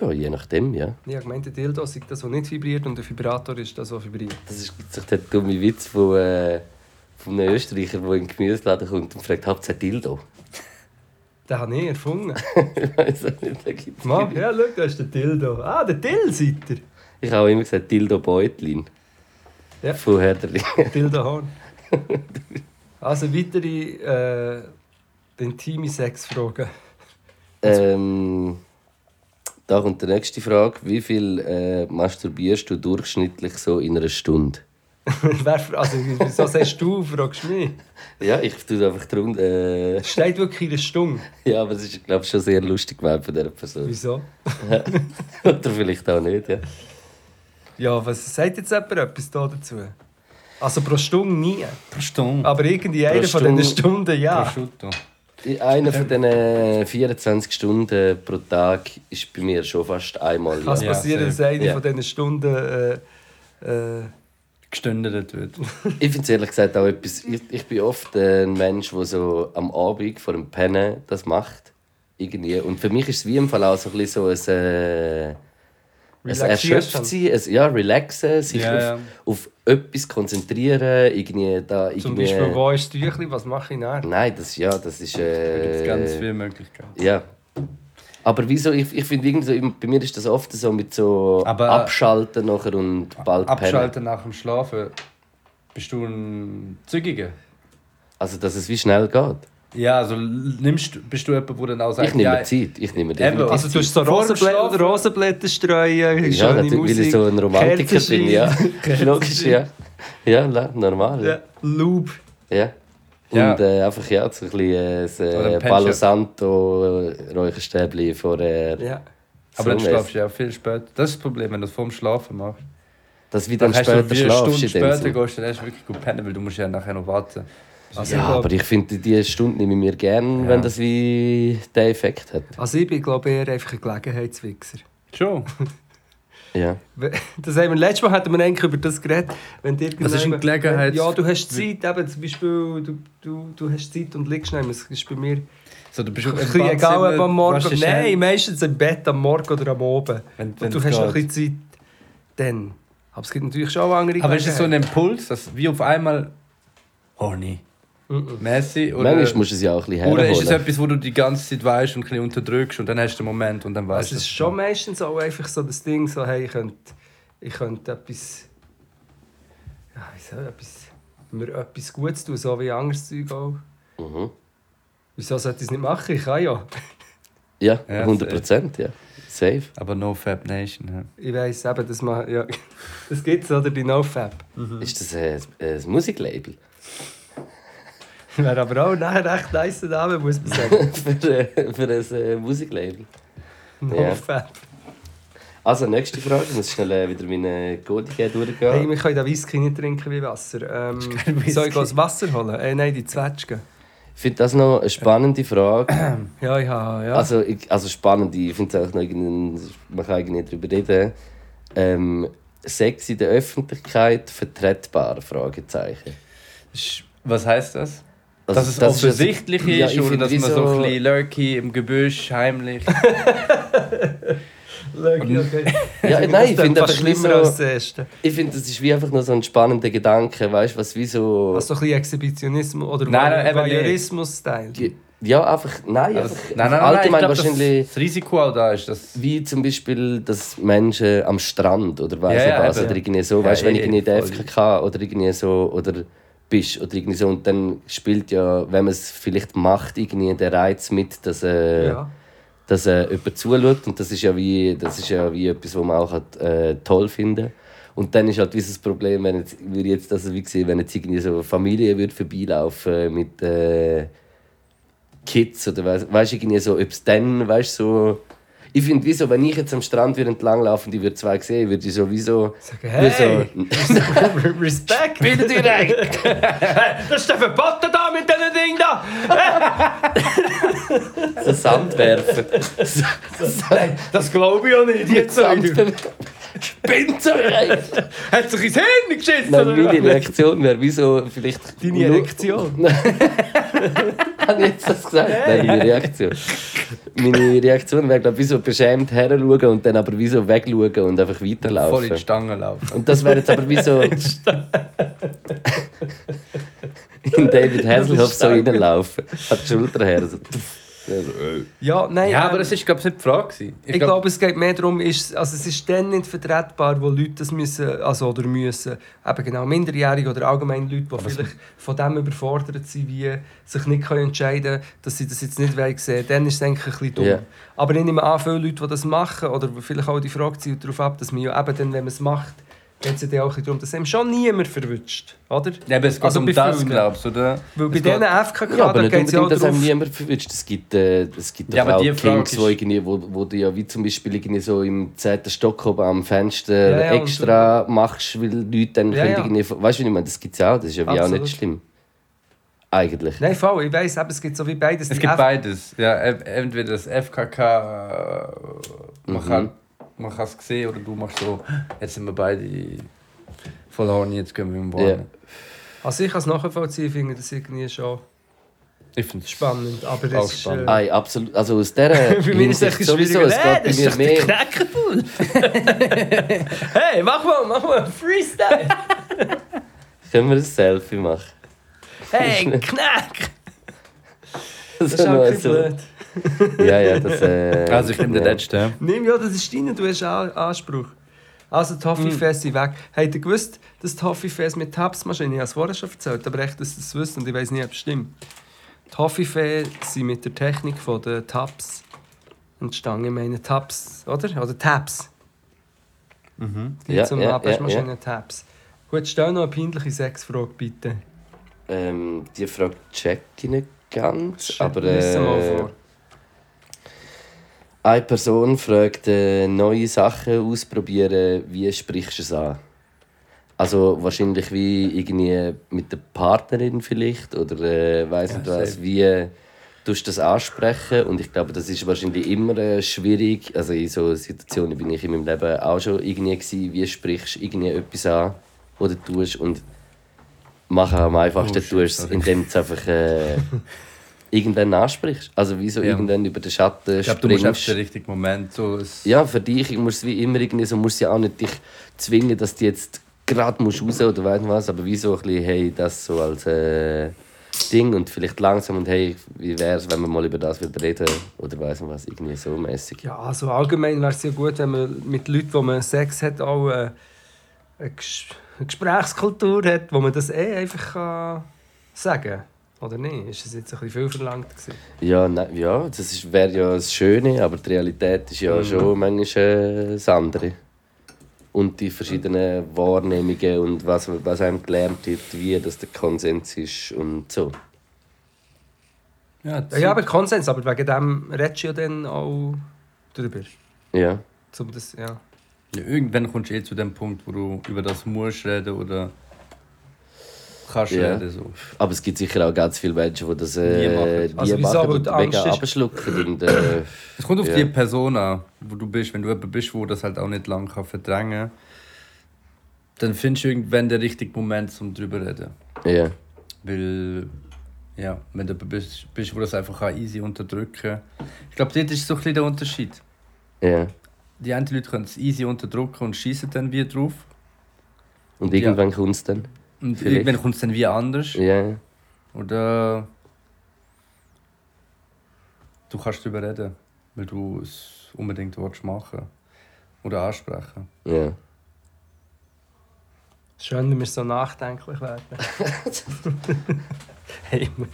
S2: Ja, je nachdem, ja.
S3: Ja, ich meinte, Dildo ist das, was nicht vibriert und der Vibrator ist das, was vibriert.
S2: Das ist gibt sich der dumme Witz von, äh, von einem Österreicher, der in den Gemüseladen kommt und fragt, habt ihr ein Dildo?
S3: Den habe ich erfunden.
S2: ich weiß auch nicht, da gibt's
S3: Mann,
S2: keine-
S3: ja, schau, da ist der Dildo. Ah, der Dill-Seiter.
S2: Ich habe auch immer gesagt, Dildo Beutlin.
S3: Ja.
S2: Von Herderlin.
S3: Dildohorn. Also weitere äh, intime Sexfragen.
S2: Ähm, da kommt die nächste Frage. Wie viel äh, masturbierst du durchschnittlich so in einer Stunde?
S3: Wer fra- also, wieso sagst du, fragst du mich?
S2: Ja, ich tue einfach drunter. Äh,
S3: Steht wirklich in der Stunde.
S2: ja, aber es ist, glaube ich, schon sehr lustig geworden von dieser Person.
S3: Wieso?
S2: Oder vielleicht auch nicht, ja.
S3: Ja, was sagt jetzt jemand etwas da dazu? Also pro Stunde nie.
S1: Pro Stunde.
S3: Aber irgendwie eine von diesen
S2: Stunde-
S3: Stunden ja.
S1: Prosciutto.
S2: In einer von diesen 24 Stunden pro Tag ist bei mir schon fast einmal.
S3: Was
S2: Ja.
S1: Ja,
S3: passiert, dass
S1: same.
S3: eine
S2: Ja.
S3: von diesen Stunden. Äh, äh,
S1: Gestündert wird.
S2: Ich finde es ehrlich gesagt auch etwas. Ich, ich bin oft äh, ein Mensch, der so am Abend vor dem Pennen das macht. Irgendwie. Und für mich ist es wie im Fall auch so ein, bisschen so ein, äh, ein
S3: Relaxieren.
S2: Erschöpftsein, ein ja, Relaxen, sich
S1: Ja,
S2: auf,
S1: ja.
S2: auf etwas konzentrieren. Irgendwie da, irgendwie,
S3: zum Beispiel, wo ist das Tüchli, was mache ich nachher?
S2: Nein, das, ja, das ist.
S1: Da
S2: Äh,
S1: gibt es ganz viele Möglichkeiten.
S2: Ja. Aber wieso? Ich, ich finde irgendwie so, bei mir ist das oft so mit so
S1: Aber- äh,
S2: Abschalten nachher und bald pennen.
S1: Abschalten nach dem Schlafen. Bist du ein Zügiger?
S2: Also, dass es wie schnell geht.
S1: Ja, also nimmst, bist du jemand, der dann auch sagt,
S2: Ich nehme
S1: ja,
S2: Zeit. Ich nehme
S1: Eben,
S2: definitiv
S3: Also, du hast so
S1: Vor dem
S3: Rosenblä
S1: Schlafen.
S3: Rosenblätter streuen,
S2: Ja,
S3: schöne
S2: natürlich,
S3: Musik.
S2: weil ich so ein Romantiker bin,
S3: Kerzenschein.
S2: ja. Logisch, ja. Ja, la- normal,
S3: Ja,
S2: ja.
S3: Loop.
S2: ja.
S1: Ja.
S2: Und äh, einfach, ja, so ein bisschen
S1: Oder ein
S2: äh, ein
S1: Pension.
S2: Palo Santo äh, Räucherstäbchen vor äh, der...
S3: Ja.
S1: aber dann
S2: so
S1: schlafst du ja viel später. Das ist das Problem, wenn du es vorm Schlafen machst.
S2: Dass du dann
S1: hast du
S2: später
S1: wie eine
S2: schlafst
S1: Stunde
S2: in dem
S1: später
S2: Sinne.
S1: gehst, du dann erst wirklich gut pennen, weil du musst ja nachher noch warten.
S3: Also,
S2: Ja,
S3: ich glaub,
S2: aber ich finde, die Stunde nehme ich mir gern, wenn das wie den Effekt hat.
S3: also ich bin, glaube ich, eher einfach ein Gelegenheitswichser.
S1: Schon.
S2: Ja.
S3: We- Das haben wir, letztes Mal hatten wir eigentlich über das geredet. Wenn dir
S1: Das ist ein
S3: irgendjemand-
S1: Gelegenheits-
S3: Ja, du hast Zeit, eben zum Beispiel, du, du, du hast Zeit und liegst nicht Es ist bei mir
S1: So, du bist
S3: ein
S1: im
S3: bisschen
S1: Badzimmer,
S3: egal, ob am
S1: waschst
S3: Morgen...
S1: dich schnell.
S3: Nein, meistens im Bett, am Morgen oder am Abend.
S1: Wenn-
S3: und
S1: wenn's
S3: du hast noch ein
S1: geht.
S3: bisschen Zeit, dann. Aber es gibt natürlich schon auch andere
S1: Aber ist es so ein
S3: Gelegenheiten.
S1: Impuls, dass wie auf einmal horny, Messi oder,
S2: Manchmal musst du es ja auch ein bisschen
S1: oder ist es
S2: herholen.
S1: etwas, wo du die ganze Zeit weißt und ein bisschen unterdrückst und dann hast du den Moment und dann weißt
S3: Es
S1: du.
S3: ist schon meistens auch einfach so das Ding, so hey, ich könnte, ich könnte etwas, ja, ich soll etwas, mir etwas Gutes tun, so wie anderes Zeug auch.
S2: Mhm.
S3: Wieso sollte ich es nicht machen? Ich kann ja.
S2: Ja,
S1: Ja,
S2: 100 Prozent, ja. Safe.
S1: Aber no Fab Nation. Ja.
S3: Ich weiss eben, dass man, ja, das gibt es, oder, die NoFap.
S2: Ist das äh, ein, ein Musiklabel?
S3: Wäre aber auch nachher echt nice Name, muss man sagen.
S2: für, äh, für ein äh, Musiklabel.
S3: NoFap.
S2: Also, nächste Frage. Ich muss schnell äh, wieder meine Goldie durchgehen.
S3: Hey, wir können den Whisky nicht trinken wie Wasser. Ähm,
S1: kein
S3: soll
S1: Whisky.
S3: ich das Wasser holen? Äh, nein, die Zwetschgen.
S2: Ich finde das noch eine spannende Frage.
S3: Ja, ich habe, ja.
S2: Also, ich, also spannend, ich finde es auch noch irgendein, man kann eigentlich darüber reden. Ähm, Sex in der Öffentlichkeit vertretbar? Fragezeichen.
S1: Ist- Was heißt das?
S2: Also,
S1: dass es
S2: das ist also-
S1: offensichtlich ist,
S2: Ja, ich
S1: oder
S2: find
S1: dass
S2: wie
S1: man so,
S2: so-
S1: ein bisschen lurky im Gebüsch, heimlich.
S3: Leuk, okay.
S2: Ja,
S3: Das
S2: nein, ich
S3: klingt
S2: finde
S3: fast
S2: einfach ein bisschen
S3: schlimmer als
S2: so-
S3: das erste.
S2: Ich finde, das ist wie einfach noch so ein spannender Gedanke, weißt du, was wie so.
S3: Also so ein bisschen Exhibitionismus oder
S1: Nein, nein, eben nicht.
S3: Voyeurismus-Style.
S2: Ge- ja, einfach. Nein,
S1: Also,
S2: einfach,
S1: nein, nein, nein, nein, ich
S2: allgemein
S1: glaub,
S2: wahrscheinlich.
S1: dass das Risiko auch da ist. Dass
S2: Wie zum Beispiel, dass Menschen am Strand oder weiß
S1: Ja,
S2: nicht
S1: ja,
S2: was,
S1: eben.
S2: oder irgendwie so,
S1: Ja,
S2: weißt du, wenn
S1: eh,
S2: ich irgendwie in der
S1: voll.
S2: FKK oder irgendwie so, oder bist oder irgendwie so, und dann spielt ja, wenn man es vielleicht macht, irgendwie der Reiz mit, dass, äh,
S3: Ja.
S2: dass äh, jemand zuschaut und das ist ja wie, das ist ja wie etwas, was man auch halt, äh, toll finden und dann ist halt dieses Problem, wenn jetzt, würde jetzt das wie gesehen, wenn jetzt irgendwie so eine Familie würde vorbeilaufen mit äh, Kids oder weiss- weißt du irgendwie so, ob es dann, weißt du, so ich finde, wieso, wenn ich jetzt am Strand würde entlanglaufen, die würde zwei sehen, würde ich sowieso
S3: Sagen, hey, Respekt!
S2: Bitte direkt!
S3: das ist der verboten da mit diesen Dingen da!
S2: so Sand werfen. So- so-
S3: Das glaube ich auch nicht, die
S2: Sand Spinnt euch!
S3: Hat sich ins Hirn geschissen,
S2: Nein, meine Reaktion wäre wieso vielleicht.
S3: Deine
S2: nur-
S3: Erektion?
S2: Nein. Habe ich jetzt das gesagt? Nein, meine Reaktion. Meine Reaktion wäre, glaube ich, wieso beschämt herschauen und dann aber wieso wegschauen und einfach
S1: voll in die
S2: weiterlaufen.
S1: Stange laufen.
S2: Und das wäre jetzt aber wieso. In David Hasselhoff so reinlaufen. Hat die Schulter her. also So.
S3: Ja, nein,
S1: Ja,
S3: ähm,
S1: aber das ist glaube ich nicht die Frage. gewesen.
S3: Ich, glaube, es geht mehr darum, ist, also es ist dann nicht vertretbar, wo Leute das müssen, also oder müssen, eben genau Minderjährige oder allgemein Leute, die vielleicht von dem überfordert sind, wie sich nicht können entscheiden dass sie das jetzt nicht wollen sehen, dann ist es eigentlich ein bisschen dumm.
S2: Ja.
S3: Aber ich nehme an, viele Leute, die das machen, oder vielleicht auch die Frage zielt darauf ab, dass man ja eben dann, wenn man es macht, geht es ja dann auch ein bisschen darum, dass einem schon niemand verwünscht, oder?
S1: Ja, aber es geht
S3: Also
S1: um
S3: bei
S1: das,
S3: vielen.
S1: glaubst du, oder?
S3: Weil bei
S1: Es geht-
S3: diesen FKK,
S2: Ja, aber
S3: da
S2: nicht
S3: geht es ja auch
S2: unbedingt, dass einem
S3: darum...
S2: niemand verwünscht. Es gibt, äh, es gibt doch
S1: Ja, aber
S2: auch
S1: die Frage
S2: Kings, wo,
S1: ist-
S2: irgendwie, wo, wo du ja wie zum Beispiel irgendwie so im 10. Stock oben am Fenster
S3: Ja, ja, und
S2: extra machst, weil Leute dann
S3: Ja,
S2: können
S3: ja.
S2: irgendwie... Weißt du, wie ich meine? Das gibt es ja auch. Das ist ja wie auch
S3: Absolut.
S2: nicht schlimm. Eigentlich.
S3: Nein, voll, ich weiß, aber es gibt so wie beides.
S1: Es
S3: Die
S1: gibt
S3: F-
S1: beides. Ja, e- entweder das FKK, äh,
S2: Mhm.
S1: man, kann, man kann es sehen, oder du machst so, jetzt sind wir beide voll horny, jetzt gehen wir im Warnen.
S2: Ja.
S3: Also ich kann es nachvollziehen, finde das irgendwie schon
S1: Ich finde es
S3: spannend. Aber
S1: Auch
S3: das ist,
S1: spannend. Ah.
S3: äh,
S2: Nein, absolut. Also aus dieser
S3: für mich ist es
S2: Hinsicht
S3: ein bisschen schwieriger.
S2: es
S3: Äh, das
S2: geht bei
S3: ist
S2: mir
S3: doch der
S2: mehr.
S3: Knäckebull. hey, mach mal, mach mal einen Freestyle.
S2: Können wir ein Selfie machen?
S3: Hey, Knack.
S2: Das
S3: Das ist auch ein blöd.
S2: Also, Ja, ja, das. Äh,
S1: Also ich nehme den
S2: ja.
S1: letzten.
S3: Nimm ja, das ist deine, du hast A- Anspruch. Also,
S1: Hm.
S3: Toffee-Fest sind weg. Habt ihr gewusst, dass Toffee-Fest mit Tabsmaschine, ich habe es vorher schon erzählt, aber echt, dass ihr es wisst und ich weiß nicht, ob es stimmt. Toffee-Fest sind mit der Technik von der Tabs entstanden. Ich meine Tabs, oder? Oder Tabs. Die
S2: Ja,
S3: zum
S2: ja, ja,
S3: Abwaschmaschine Tabs. Gut, stell noch eine peinliche Sexfrage, bitte.
S2: Ähm, die Frage check ich nicht ganz. Aber.
S3: Lies sie mal
S2: Äh,
S3: vor.
S2: eine Person fragt, äh, neue Sachen ausprobieren, wie sprichst du es an? Also wahrscheinlich wie irgendwie mit der Partnerin vielleicht oder äh, weiß nicht
S1: Ja,
S2: was,
S1: safe.
S2: wie äh, tust du das ansprechen? Und ich glaube, das ist wahrscheinlich immer äh, schwierig. Also in so Situationen bin ich in meinem Leben auch schon irgendwie gewesen, wie sprichst du irgendwie etwas an oder tust und machen am einfachsten
S1: Oh, shit,
S2: tust du es,
S1: sorry.
S2: indem du es einfach äh, irgendwann ansprichst. Also wie so
S1: Ja.
S2: irgendwann über den Schatten
S1: Ich glaube, du musst einfach
S2: springst.
S1: den richtigen Moment so. Es,
S2: Ja, für dich, ich muss wie immer irgendwie so, muss ja auch nicht dich zwingen, dass du jetzt gerade musst raus oder weiss nicht was, aber wie so ein bisschen, hey, das so als äh, Ding und vielleicht langsam und hey, wie wär's, wenn wir mal über das wieder reden oder weiss nicht was, irgendwie so mäßig.
S3: Ja, also allgemein wäre es ja gut, wenn man mit Leuten, wo man Sex hat, auch äh, eine, Ges eine Gesprächskultur hat, wo man das eh einfach kann sagen kann. Oder nicht? Ist das jetzt ein bisschen viel verlangt gewesen?
S2: Ja, nein, ja das wäre ja das Schöne, aber die Realität ist ja schon manchmal äh, das andere. Und die verschiedenen Wahrnehmungen und was, was einem gelernt wird, wie das der Konsens ist und so.
S1: ja,
S3: Ja, aber Konsens, aber wegen dem redest du ja dann auch drüber.
S2: Ja.
S3: Zum das, ja.
S1: Ja, irgendwann kommst du eh zu dem Punkt, wo du über das musst reden oder kannst
S2: Ja.
S1: reden. So.
S2: Aber es gibt sicher auch ganz viele Menschen, die das äh,
S1: Nie machen.
S2: nie
S3: Also wieso?
S2: machen
S3: Weil
S2: und
S3: die Angst
S2: mega
S3: ist-
S2: abschlucken. Und, äh,
S1: Es kommt auf
S2: Ja.
S1: die Person an, wo du bist. Wenn du jemand bist, wo das halt auch nicht lange kann verdrängen kann, dann findest du irgendwann den richtigen Moment, um drüber zu reden.
S2: ja.
S1: Weil, ja, wenn du jemand bist, bist wo das einfach kann easy unterdrücken kann. Ich glaube, dort ist so ein bisschen der Unterschied.
S2: ja.
S1: Die einen Leute können es easy unterdrücken und schießen dann wie drauf.
S2: Und irgendwann kommt es dann.
S1: Und
S2: Vielleicht.
S1: irgendwann kommt es dann wie anders.
S2: Ja.
S1: Oder du kannst darüber reden, weil du es unbedingt willst machen oder ansprechen.
S2: ja.
S3: Schön, wenn wir so nachdenklich werden. hey, ich muss-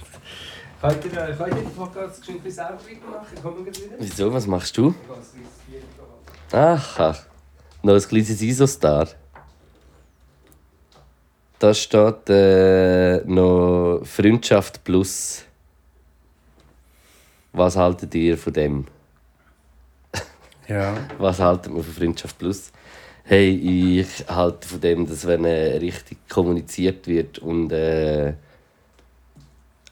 S3: Könnt ihr, äh, könnt ihr den Podcast geschwind bis selber weitermachen? Kommen wir gleich wieder?
S2: Wieso? Was machst du?
S3: Ich gehe das Bier holen.
S2: Aha. Noch ein kleines ISO-Star. Da steht äh, noch Freundschaft plus. Was haltet ihr von dem?
S1: Ja.
S2: Was haltet man von Freundschaft Plus? Hey, ich halte von dem, dass wenn äh, richtig kommuniziert wird und äh,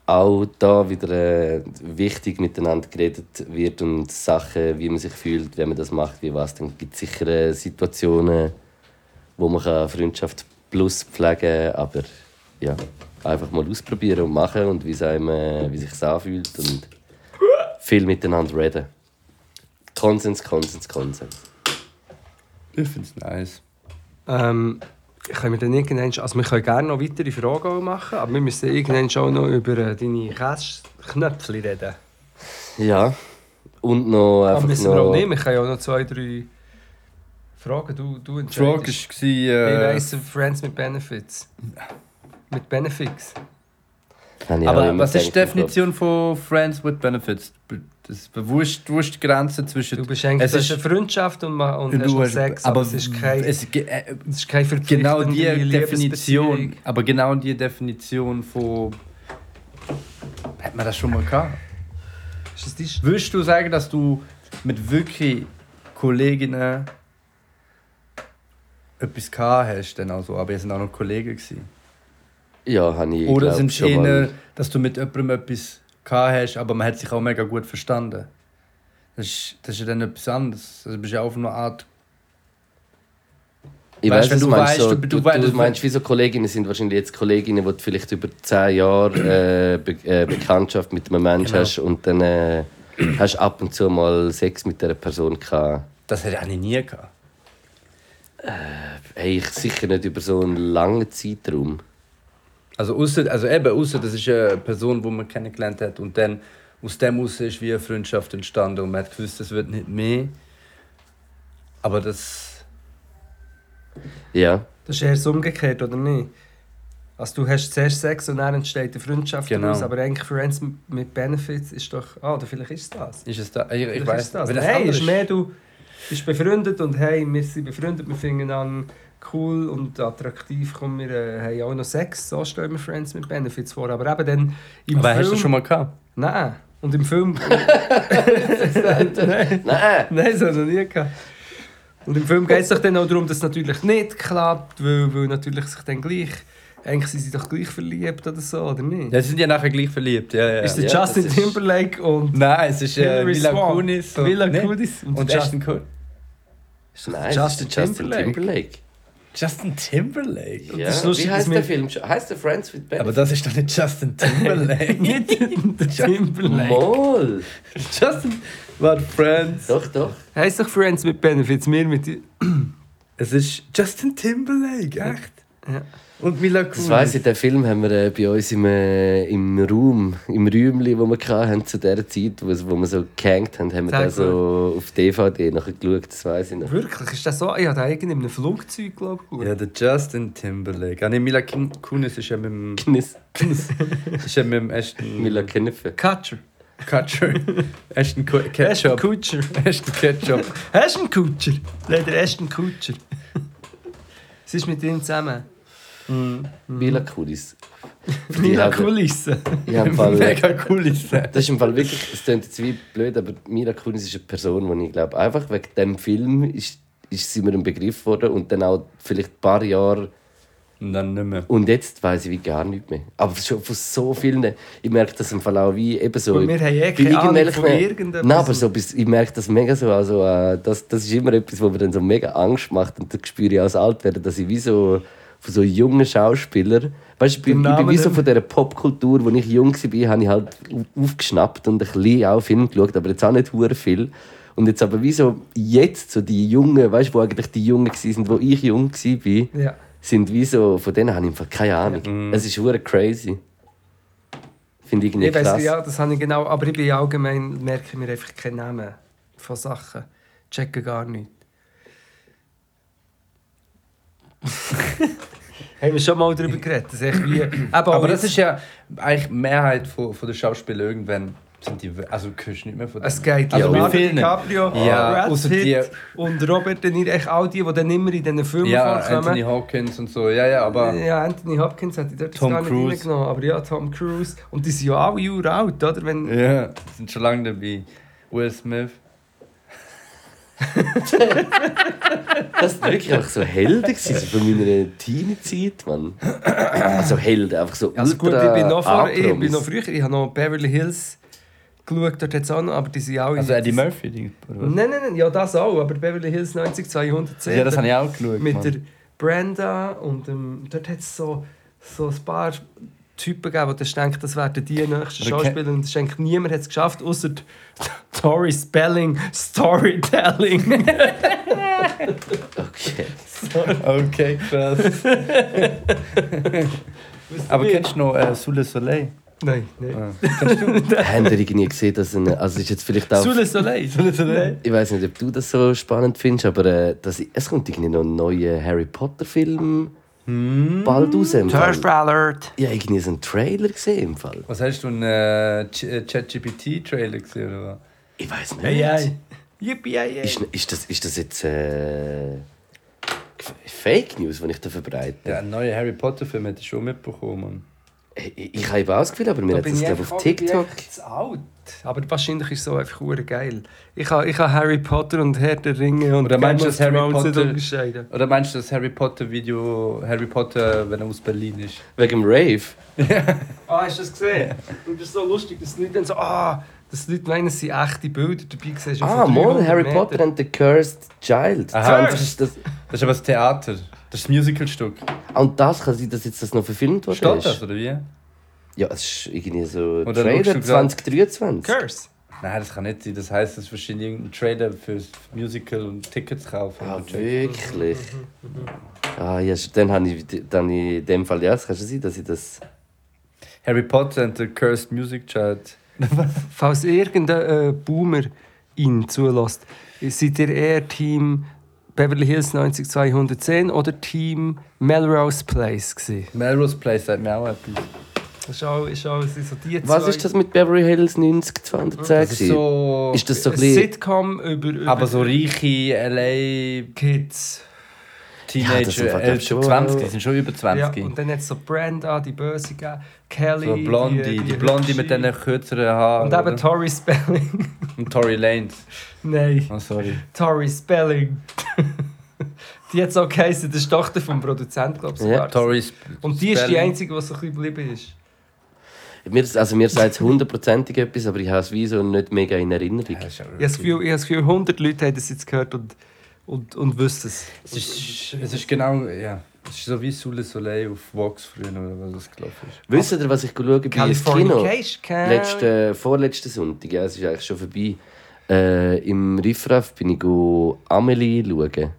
S2: auch da wieder äh, wichtig miteinander geredet wird und Sachen, wie man sich fühlt, wenn man das macht, wie was, dann gibt es sicher äh, Situationen, wo man kann Freundschaft Plus pflegen kann, aber ja, einfach mal ausprobieren und machen und wie es einem, äh, wie sich's anfühlt und viel miteinander reden. Konsens, Konsens, Konsens.
S1: Ich finde es nice.
S3: Ähm, können wir dann irgendwann, also wir können gerne noch weitere Fragen auch machen, aber wir müssen irgendwann schon noch über äh, deine Käseknöpfchen reden.
S2: Ja. Und noch
S3: Aber
S2: einfach
S3: müssen wir auch
S2: noch.
S3: nicht, wir können ja auch noch zwei, drei Fragen, du, du
S1: Die Frage
S3: entscheidest.
S1: war, äh,
S3: Wie weiss Friends mit Benefits? Mit Benefits?
S2: Habe ich auch
S1: aber
S2: immer
S1: was ist die
S2: gedacht im Kopf.
S1: Definition von Friends with Benefits? Das bewusst, bewusst die Grenze zwischen.
S3: Du beschenkst
S1: es
S3: es
S1: ist,
S3: eine Freundschaft und, ma- und
S1: du
S3: hast noch
S1: hast-
S3: Sex, aber,
S1: aber
S3: es ist kein, es
S1: es, ge- äh,
S3: ist keine verpflichtende
S1: genau die Definition.
S3: Liebesbeziehung.
S1: Aber genau die Definition von. Hat man das schon mal gehabt?
S3: Ist das die
S1: Würdest du sagen, dass du mit wirklich Kolleginnen etwas gehabt hast, denn also, aber ihr sind auch noch Kollegen gewesen?
S2: Ja, habe ich
S1: Oder
S2: glaub,
S1: sind es
S2: schon
S1: eher,
S2: mal.
S1: dass du mit jemandem etwas gehabt hast, aber man hat sich auch mega gut verstanden? Das ist, das ist ja dann etwas anderes. Also bist ja auf eine Art.
S2: Ich
S1: weißt,
S2: weiß,
S1: wenn
S2: was
S1: du
S2: du meinst.
S1: weißt,
S2: so,
S1: du-
S2: du,
S1: du
S2: du,
S1: weißt, du-
S2: meinst, wie so Kolleginnen sind wahrscheinlich jetzt Kolleginnen, die du vielleicht über zehn Jahre äh, Be äh, Bekanntschaft mit einem Menschen
S1: Genau.
S2: hast und dann äh, hast du ab und zu mal Sex mit dieser Person gehabt.
S1: Das hätte ich eigentlich nie gehabt.
S2: Hey, ich sicher nicht über so einen langen Zeitraum.
S1: Also, ausser, also eben, außer das ist eine Person, die man kennengelernt hat und dann aus dem aus ist wie eine Freundschaft entstanden und man hat gewusst, es wird nicht mehr. Aber das.
S2: Ja.
S3: Das ist eher so umgekehrt, oder nicht? Also du hast zuerst Sex und dann entsteht eine Freundschaft
S1: Genau.
S3: daraus, aber eigentlich Friends mit Benefits ist doch... Ah, oder vielleicht ist es das.
S1: Ist es da? Ich, ich
S3: Vielleicht
S1: weiß
S3: ist das.
S1: wenn das
S3: Hey,
S1: anders
S3: ist mehr du bist befreundet und hey, wir sind befreundet, wir finden an cool und attraktiv, komm, wir äh, haben auch noch Sex, so stellen wir Friends mit Benefits vor. Aber eben dann im
S1: Aber
S3: Film...
S1: hast du das schon mal gehabt?
S3: Nein. Und im Film... Nein.
S2: Nein!
S3: Nein, das habe ich noch nie gehabt. Und im Film geht es doch dann auch darum, dass es natürlich nicht klappt, weil, weil natürlich sich dann gleich. Eigentlich sind sie doch gleich verliebt oder so, oder nicht?
S1: Ja, sie sind ja nachher gleich verliebt. Ja, ja.
S3: ist
S1: ja.
S3: der
S2: ja,
S3: Justin
S2: das ist-
S3: Timberlake und
S1: Nein, es ist äh,
S3: Hilary
S1: Mila
S3: Swank.
S1: Kunis und,
S3: Mila
S1: nee,
S3: Kunis und,
S1: und
S3: Justin.
S1: Ashton Kutcher.
S2: Nein,
S3: Justin
S2: Justin, Justin
S3: Timberlake.
S2: Timberlake.
S1: Justin Timberlake?
S2: Ja.
S3: das ist lustig,
S2: Wie
S3: dass
S2: heißt
S3: wir-
S2: der Film? schon? Heißt der Friends with
S1: Aber
S2: Benefits?
S1: das ist doch nicht Justin Timberlake.
S3: Nicht der Timberlake.
S2: Moll!
S1: Justin war Friends.
S2: Doch, doch.
S3: Heißt doch Friends mit Benefits, wir mit.
S1: Es ist Justin Timberlake, echt?
S3: Ja.
S1: Und Mila
S2: Das
S1: Kunis.
S2: weiss ich, den Film haben wir äh, bei uns im, äh, im Raum, im Räumli, wo wir hatten, zu der Zeit, wo, wo wir so gehängt haben, haben wir
S3: Sehr
S2: den so auf DVD nachher geschaut, das weiss ich noch.
S3: Wirklich, ist das so? Ich habe eigentlich in einem Flugzeug, glaube ich.
S1: Ja, der Justin Timberlake. Ah, nee, Mila Kin- Kunis ist ja mit dem, ist ja mit dem Ashton
S2: Mila Kniffe.
S3: Kutcher.
S1: Kutcher. Ashton Ku-
S3: Ashton
S1: Ketchup.
S3: Kutcher.
S1: Ashton Ketchup.
S3: Ashton Kutcher. Leider Ashton Kutcher. Sie ist mit ihm zusammen.
S2: Mila Kunis.
S3: Mhm. Mila
S2: habe-
S3: Kulisse.
S2: Ich hab im Fall, äh,
S1: Mega cool ist der.
S2: das ist im Fall wirklich, es klingt jetzt wie blöd, aber Mila Kunis ist eine Person, die ich glaube, einfach wegen dem Film ist, ist sie mir ein Begriff geworden und dann auch vielleicht ein paar Jahre
S1: Und dann nicht mehr.
S2: und jetzt weiß ich wie gar nicht mehr. Aber schon von so vielen, ich merke das im Fall auch wie eben so.
S3: Und wir haben eh
S2: bei
S3: keine Ahnung
S2: irgendwelchen-
S3: von irgendetwas.
S2: Nein, aber so, bis- ich merke das mega so. Also, äh, das, das ist immer etwas, wo mir dann so mega Angst macht. Und dann spüre ich als Altwerden, dass ich wie so von so jungen Schauspielern. Weißt du, ich bin- ich bin
S3: Namen
S2: wie so
S3: nennen.
S2: von dieser Popkultur, wo ich jung war, habe ich halt au- aufgeschnappt und ein bisschen auch Film geschaut, aber jetzt auch nicht hure viel. Und jetzt aber wie so, jetzt so die Jungen, weißt du, wo eigentlich die Jungen waren, wo ich jung war,
S3: Ja.
S2: sind wie so, von denen habe ich im Fall keine Ahnung. Es ist hure crazy. Finde ich irgendwie
S3: Ich
S2: krass.
S3: weiß ja, das habe ich genau. Aber ich bin allgemein, merke ich mir einfach keinen Namen von Sachen. Checke gar nicht. Haben wir schon mal darüber geredet? Das ist echt wie, eben auch
S1: Aber das
S3: Oh, jetzt-
S1: ist ja eigentlich die Mehrheit von, von der Schauspieler irgendwann sind die also küsst nicht mehr von
S3: Es geht
S1: Also
S3: Leonardo
S1: bei vielen.
S3: DiCaprio,
S1: Ja,
S3: Brad
S1: ausser
S3: Pitt
S1: die-
S3: und Robert De Niro, echt all die, die dann immer in diesen Filmen
S1: ja
S3: vorkommen.
S1: Anthony Hawkins und so ja ja aber
S3: Ja, Anthony Hopkins hätte ich dort jetzt
S1: Tom
S3: gar nicht
S1: Cruise.
S3: reingenommen. Aber ja, Tom Cruise. Und die sind ja alle Jahre alt, oder? Wenn,
S1: ja sind schon lange dabei Will Smith
S2: Das sind wirklich einfach so Helden gewesen, so von meiner Teenie-Zeit, Mann. Also Helden, einfach so
S3: Also gut,
S2: ultra
S3: ich bin
S1: äh,
S3: noch, vor, ich bin
S2: A-Promis.
S3: noch früher, ich habe noch Beverly Hills geschaut, dort hat es auch noch, aber die sind alle...
S1: also Eddie Murphy die, oder was?
S3: Nein, nein, nein, ja das auch, aber Beverly Hills 90, 210.
S1: ja das habe ich auch geschaut
S3: Mit
S1: Mann.
S3: der Brenda und ähm, dort hat es so, so ein paar Typen gegeben, die dann denken, das wären die nächsten
S1: Aber ke-
S3: Schauspieler und das ist eigentlich niemand hat es geschafft, außer Tori Spelling, Storytelling.
S2: Okay.
S1: okay krass aber kennst du noch äh, Sous le Soleil
S3: nein, nein.
S1: Ah.
S2: Haben ihr irgendwie gesehen, dass ein, also ist jetzt vielleicht auch,
S3: Sous le Soleil. Sous le Soleil.
S2: ich weiß nicht, ob du das so spannend findest, aber äh, das, es kommt irgendwie noch ein neuer Harry Potter Film
S1: Hm?
S2: bald raus. im Fall.
S3: Turf Alert.
S2: Ja, irgendwie so einen Trailer gesehen im Fall.
S1: was hast du ein äh, ChatGPT Trailer gesehen oder was?
S2: Ich weiß nicht.
S3: Hey, hey. Yippie, hey,
S2: Ist,
S3: hey.
S2: ist, das, ist das jetzt äh, F- Fake News, die ich da verbreite?
S1: ja ein neuer Harry Potter Film hätte ich schon mitbekommen
S2: Ich, ich habe eben auch das Gefühl, aber mir
S3: Da
S2: hat
S3: bin
S2: das
S3: ich
S2: glaub,
S3: einfach
S2: auf
S3: auch
S2: TikTok.
S3: wirklich zu alt. Aber wahrscheinlich ist es so einfach hure geil. Ich habe ich ha Harry Potter und Herr der Ringe und
S1: Oder meinst
S3: Game of
S1: du, dass Harry
S3: Thrones nicht
S1: Potter-
S3: unterscheiden?
S1: Oder meinst du das Harry Potter Video, Harry Potter, wenn er aus Berlin ist?
S2: Wegen dem Rave.
S3: Ah, hast du das gesehen? Und das ist so lustig, dass die Leute dann so, ah, dass die Leute meinen, es sind echte Bilder, dabei siehst du
S2: Ah,
S3: von
S2: Mann,
S3: 300
S2: Harry
S3: Meter.
S2: Potter and the Cursed Child.
S1: Aha, und das,
S2: das,
S1: ist,
S2: das,
S1: das ist aber das Theater. Das ist ein Musicalstück.
S2: und das kann sein, dass jetzt das noch verfilmt worden
S1: Steht
S2: ist.
S1: das, oder wie? Nein,
S2: Ja, es ist irgendwie so ein
S1: Oder schaust
S2: Trailer
S1: du grad-
S2: 2023.
S3: Curse.
S1: das kann nicht sein. Das heisst, es ist wahrscheinlich irgendein Trailer fürs Musical und Tickets kaufen.
S2: Ah,
S1: Und checken.
S2: wirklich? Ah, ja, sch- dann habe ich, dann in dem Fall, ja, es kann schon sein, dass ich das...
S1: Harry Potter and the Cursed Music Child.
S3: Falls irgendein äh, Boomer ihn zulässt, seid ihr eher Team Beverly Hills 90210 oder Team Melrose Place gewesen?
S1: Melrose Place sagt mir auch etwas.
S3: Das ist auch, ist auch, sind so die
S2: Was
S3: zwei-
S2: ist das mit Beverly Hills 90 210?
S1: Ah, Das ist so.
S2: ist das so ein
S3: Ein
S2: bisschen...
S3: Sitcom über, über
S1: aber so reiche LA
S3: Kids.
S2: Ja, das
S1: Teenager,
S2: sind, glaub ich,
S1: äh,
S2: schon-
S1: 20, die sind schon über 20.
S3: Ja, und dann hat es so Brenda, die Böse, gegeben, Kelly.
S1: so Blondie, die, Blondie mit
S3: Hübsche.
S1: diesen kürzeren
S3: Und
S1: Haaren.
S3: eben
S1: oder?
S3: Tori Spelling.
S1: und Tory Lanez.
S3: Nein,
S1: Oh, sorry.
S3: Tori Spelling. die hat so geheißen, das ist die Tochter vom Produzenten, glaube ich.
S2: Ja,
S3: sogar.
S1: Tory Sp
S3: Und die ist die
S1: Spelling.
S3: einzige, die so ein bisschen geblieben ist.
S2: Mir, also mir sagt es hundertprozentig etwas, aber ich habe es wie so nicht mega in Erinnerung.
S1: Ja, ist auch
S3: Ich habe das Gefühl, ich habe das Gefühl 100 Leute haben das jetzt gehört und, und, und wissen es.
S1: Es ist, es ist genau, ja. Es ist so wie Sule Soleil auf Vox früher, oder was das gelaufen ist.
S2: Wisst ihr, was ich schaue bei ins Kino?
S3: Californication.
S2: Letzten, vorletzten Sonntag, ja, es ist eigentlich schon vorbei. Äh, Im Riffraff bin ich go Amelie schauen.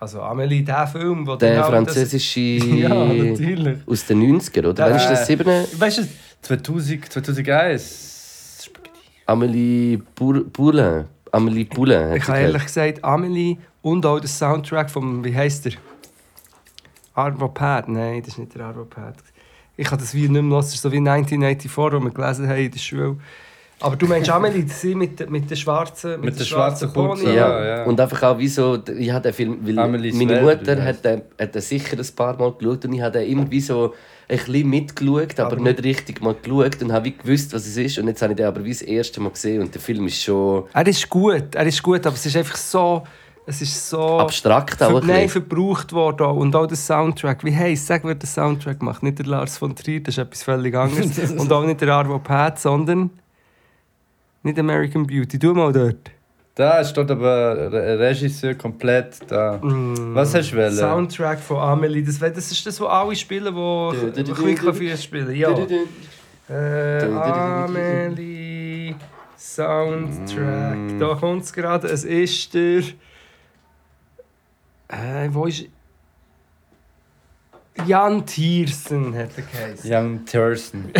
S3: Also Amelie, der Film, wo
S2: Der
S1: Genau,
S3: dann halt das-
S2: französische.
S3: Ja, natürlich.
S2: aus den 90er, oder? Wann ist das?
S1: Äh.
S2: 7?
S1: Weißt du, 2000, 2001.
S2: Amelie Boul- Poulain. Amelie Poulain hat
S3: Ich
S2: sie
S3: habe ehrlich
S2: geheißen.
S3: gesagt Amelie und auch den Soundtrack vom, wie heißt der? Arvo Pärt. Nein, das ist nicht der Arvo Pärt. Ich habe das wie nicht mehr gehört. Das ist so wie 1984, wo wir gelesen haben in der Schule. Aber du meinst Amelie, sie mit, der- mit der schwarzen
S1: Mit der schwarzen
S3: Pony.
S1: Kurze,
S2: Ja.
S1: Ja, ja.
S2: und einfach auch wieso, ich habe den Film, weil
S1: Amelie
S2: meine
S1: Sweater,
S2: Mutter
S1: wie
S2: hat den, hat den sicher ein paar Mal geschaut und ich habe den immer wie so ein bisschen mitgeschaut, aber, nicht richtig mal geschaut und habe wie gewusst, was es ist und jetzt habe ich den aber wie das erste Mal gesehen und der Film ist schon
S3: Er ist gut, er ist gut, aber es ist einfach so... Es ist so...
S2: abstrakt auch
S3: Ver
S2: ein
S3: Oh. nein,
S2: bisschen.
S3: verbraucht worden auch. und auch der Soundtrack. Wie heisst, sag, wer den Soundtrack macht. Nicht der Lars von Trier, das ist etwas völlig anderes. und auch nicht der Arvo Pärt, sondern nicht American Beauty. Du mal dort.
S1: Da steht aber Re- Regisseur komplett da.
S2: Mm.
S1: Was hast du wollen?
S3: Soundtrack von Amelie, das, wär- das ist das, was alle spielen,
S2: Du, du,
S3: die
S2: du, du,
S3: Quickklavier spielen. Ja. Äh, Amelie,
S1: Mm.
S3: Soundtrack. Da kommt es gerade, es ist der. Äh, wo ist. Jan Thiersen hat er geheißen.
S1: Young Thurston.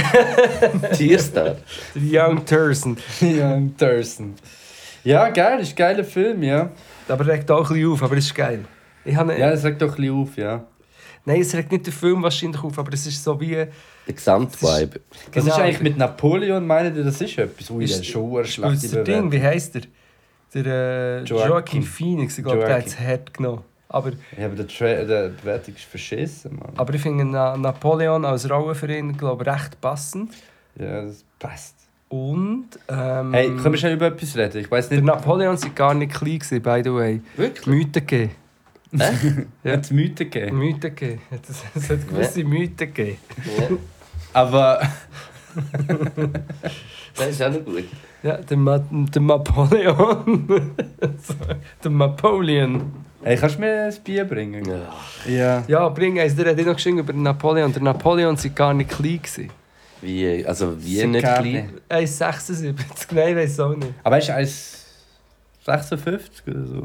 S2: Tierstar.
S3: Der Jan Thiersen.
S1: Young Thurston. Ja, geil, ist ein geiler Film, ja.
S3: Aber regt auch ein bisschen auf, aber ist geil. Ich habe
S1: Ja, das regt doch ein bisschen auf, ja.
S3: Nein, es regt nicht den Film wahrscheinlich auf, aber es ist so wie.
S2: Der Gesamtvibe.
S1: Was
S3: Genau.
S1: ist eigentlich mit Napoleon? Meint ihr, das ist etwas? Ui,
S3: Ist-
S1: das ist schon eine
S3: Was
S1: schlechte
S3: ist der Ding?
S1: Bewertung.
S3: Wie heißt der? Der äh,
S1: Joaquin.
S3: Joaquin Phoenix, ich glaube, der hat
S1: Joaquin.
S3: es hart genommen. Aber,
S1: Ja, aber der, Tra der die Bewertung ist verschissen, Mann.
S3: aber ich finde Na Napoleon als Rolle für ihn, glaube recht passend.
S1: Ja, das passt.
S3: Und. Ähm,
S1: Hey, können wir schnell über etwas reden? Ich weiß
S3: der
S1: nicht,
S3: Napoleon war gar nicht klein, gewesen, by the way.
S2: Wirklich?
S3: Mythen gegeben. ja.
S1: hat es Mythen gegeben.
S3: Mythen gegeben. Es es hat gewisse Mythen gegeben.
S2: Ja,
S1: Aber
S2: das ist auch noch gut.
S3: Ja, der, Ma der Napoleon. So, der Napoleon.
S1: hey, kannst du mir ein Bier bringen?
S2: Ja.
S1: Ja.
S3: Ja, bring eins, der hat eh noch geschrieben über den Napoleon. Der Napoleon war gar nicht klein. gewesen.
S2: Wie, also wie
S1: Sie
S2: nicht
S1: kann
S2: klein?
S3: 1,76, nein, weiß auch nicht.
S1: Aber weißt du, als 56 oder so.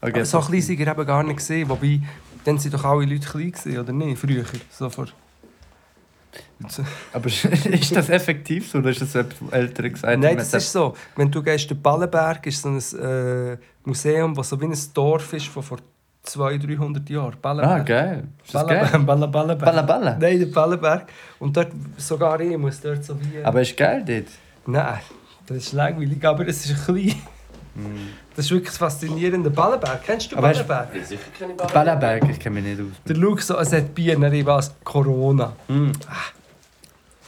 S1: Okay.
S3: Aber so klein sind wir eben gar nicht gesehen, wobei dann sind doch alle Leute klein gewesen, oder nicht? Früher, so vor.
S1: Aber ist das effektiv so oder ist das etwas älter gesagt?
S3: Nein, das ist so. Wenn du gehst, der Ballenberg ist so ein äh, Museum, das so wie ein Dorf ist von vor 200, 300 Jahren.
S1: Ah,
S3: Ballenberg.
S1: geil. Ist das geil?
S3: Ballenberg. Ballen- Ballenberg.
S1: Balla Balla.
S3: Nein, der Ballenberg. Und dort, sogar ich muss dort so wie... äh,
S1: Aber ist geil dort.
S3: Nein, das ist langweilig, aber es ist klein. Das ist wirklich faszinierend. Der Ballenberg, kennst du
S1: Mm. Aber hast-
S3: Ballenberg?
S1: Ballerberg, ich kenne mich nicht aus. Mm.
S3: Der Luke so, es hat Bier, dann ich was, Corona.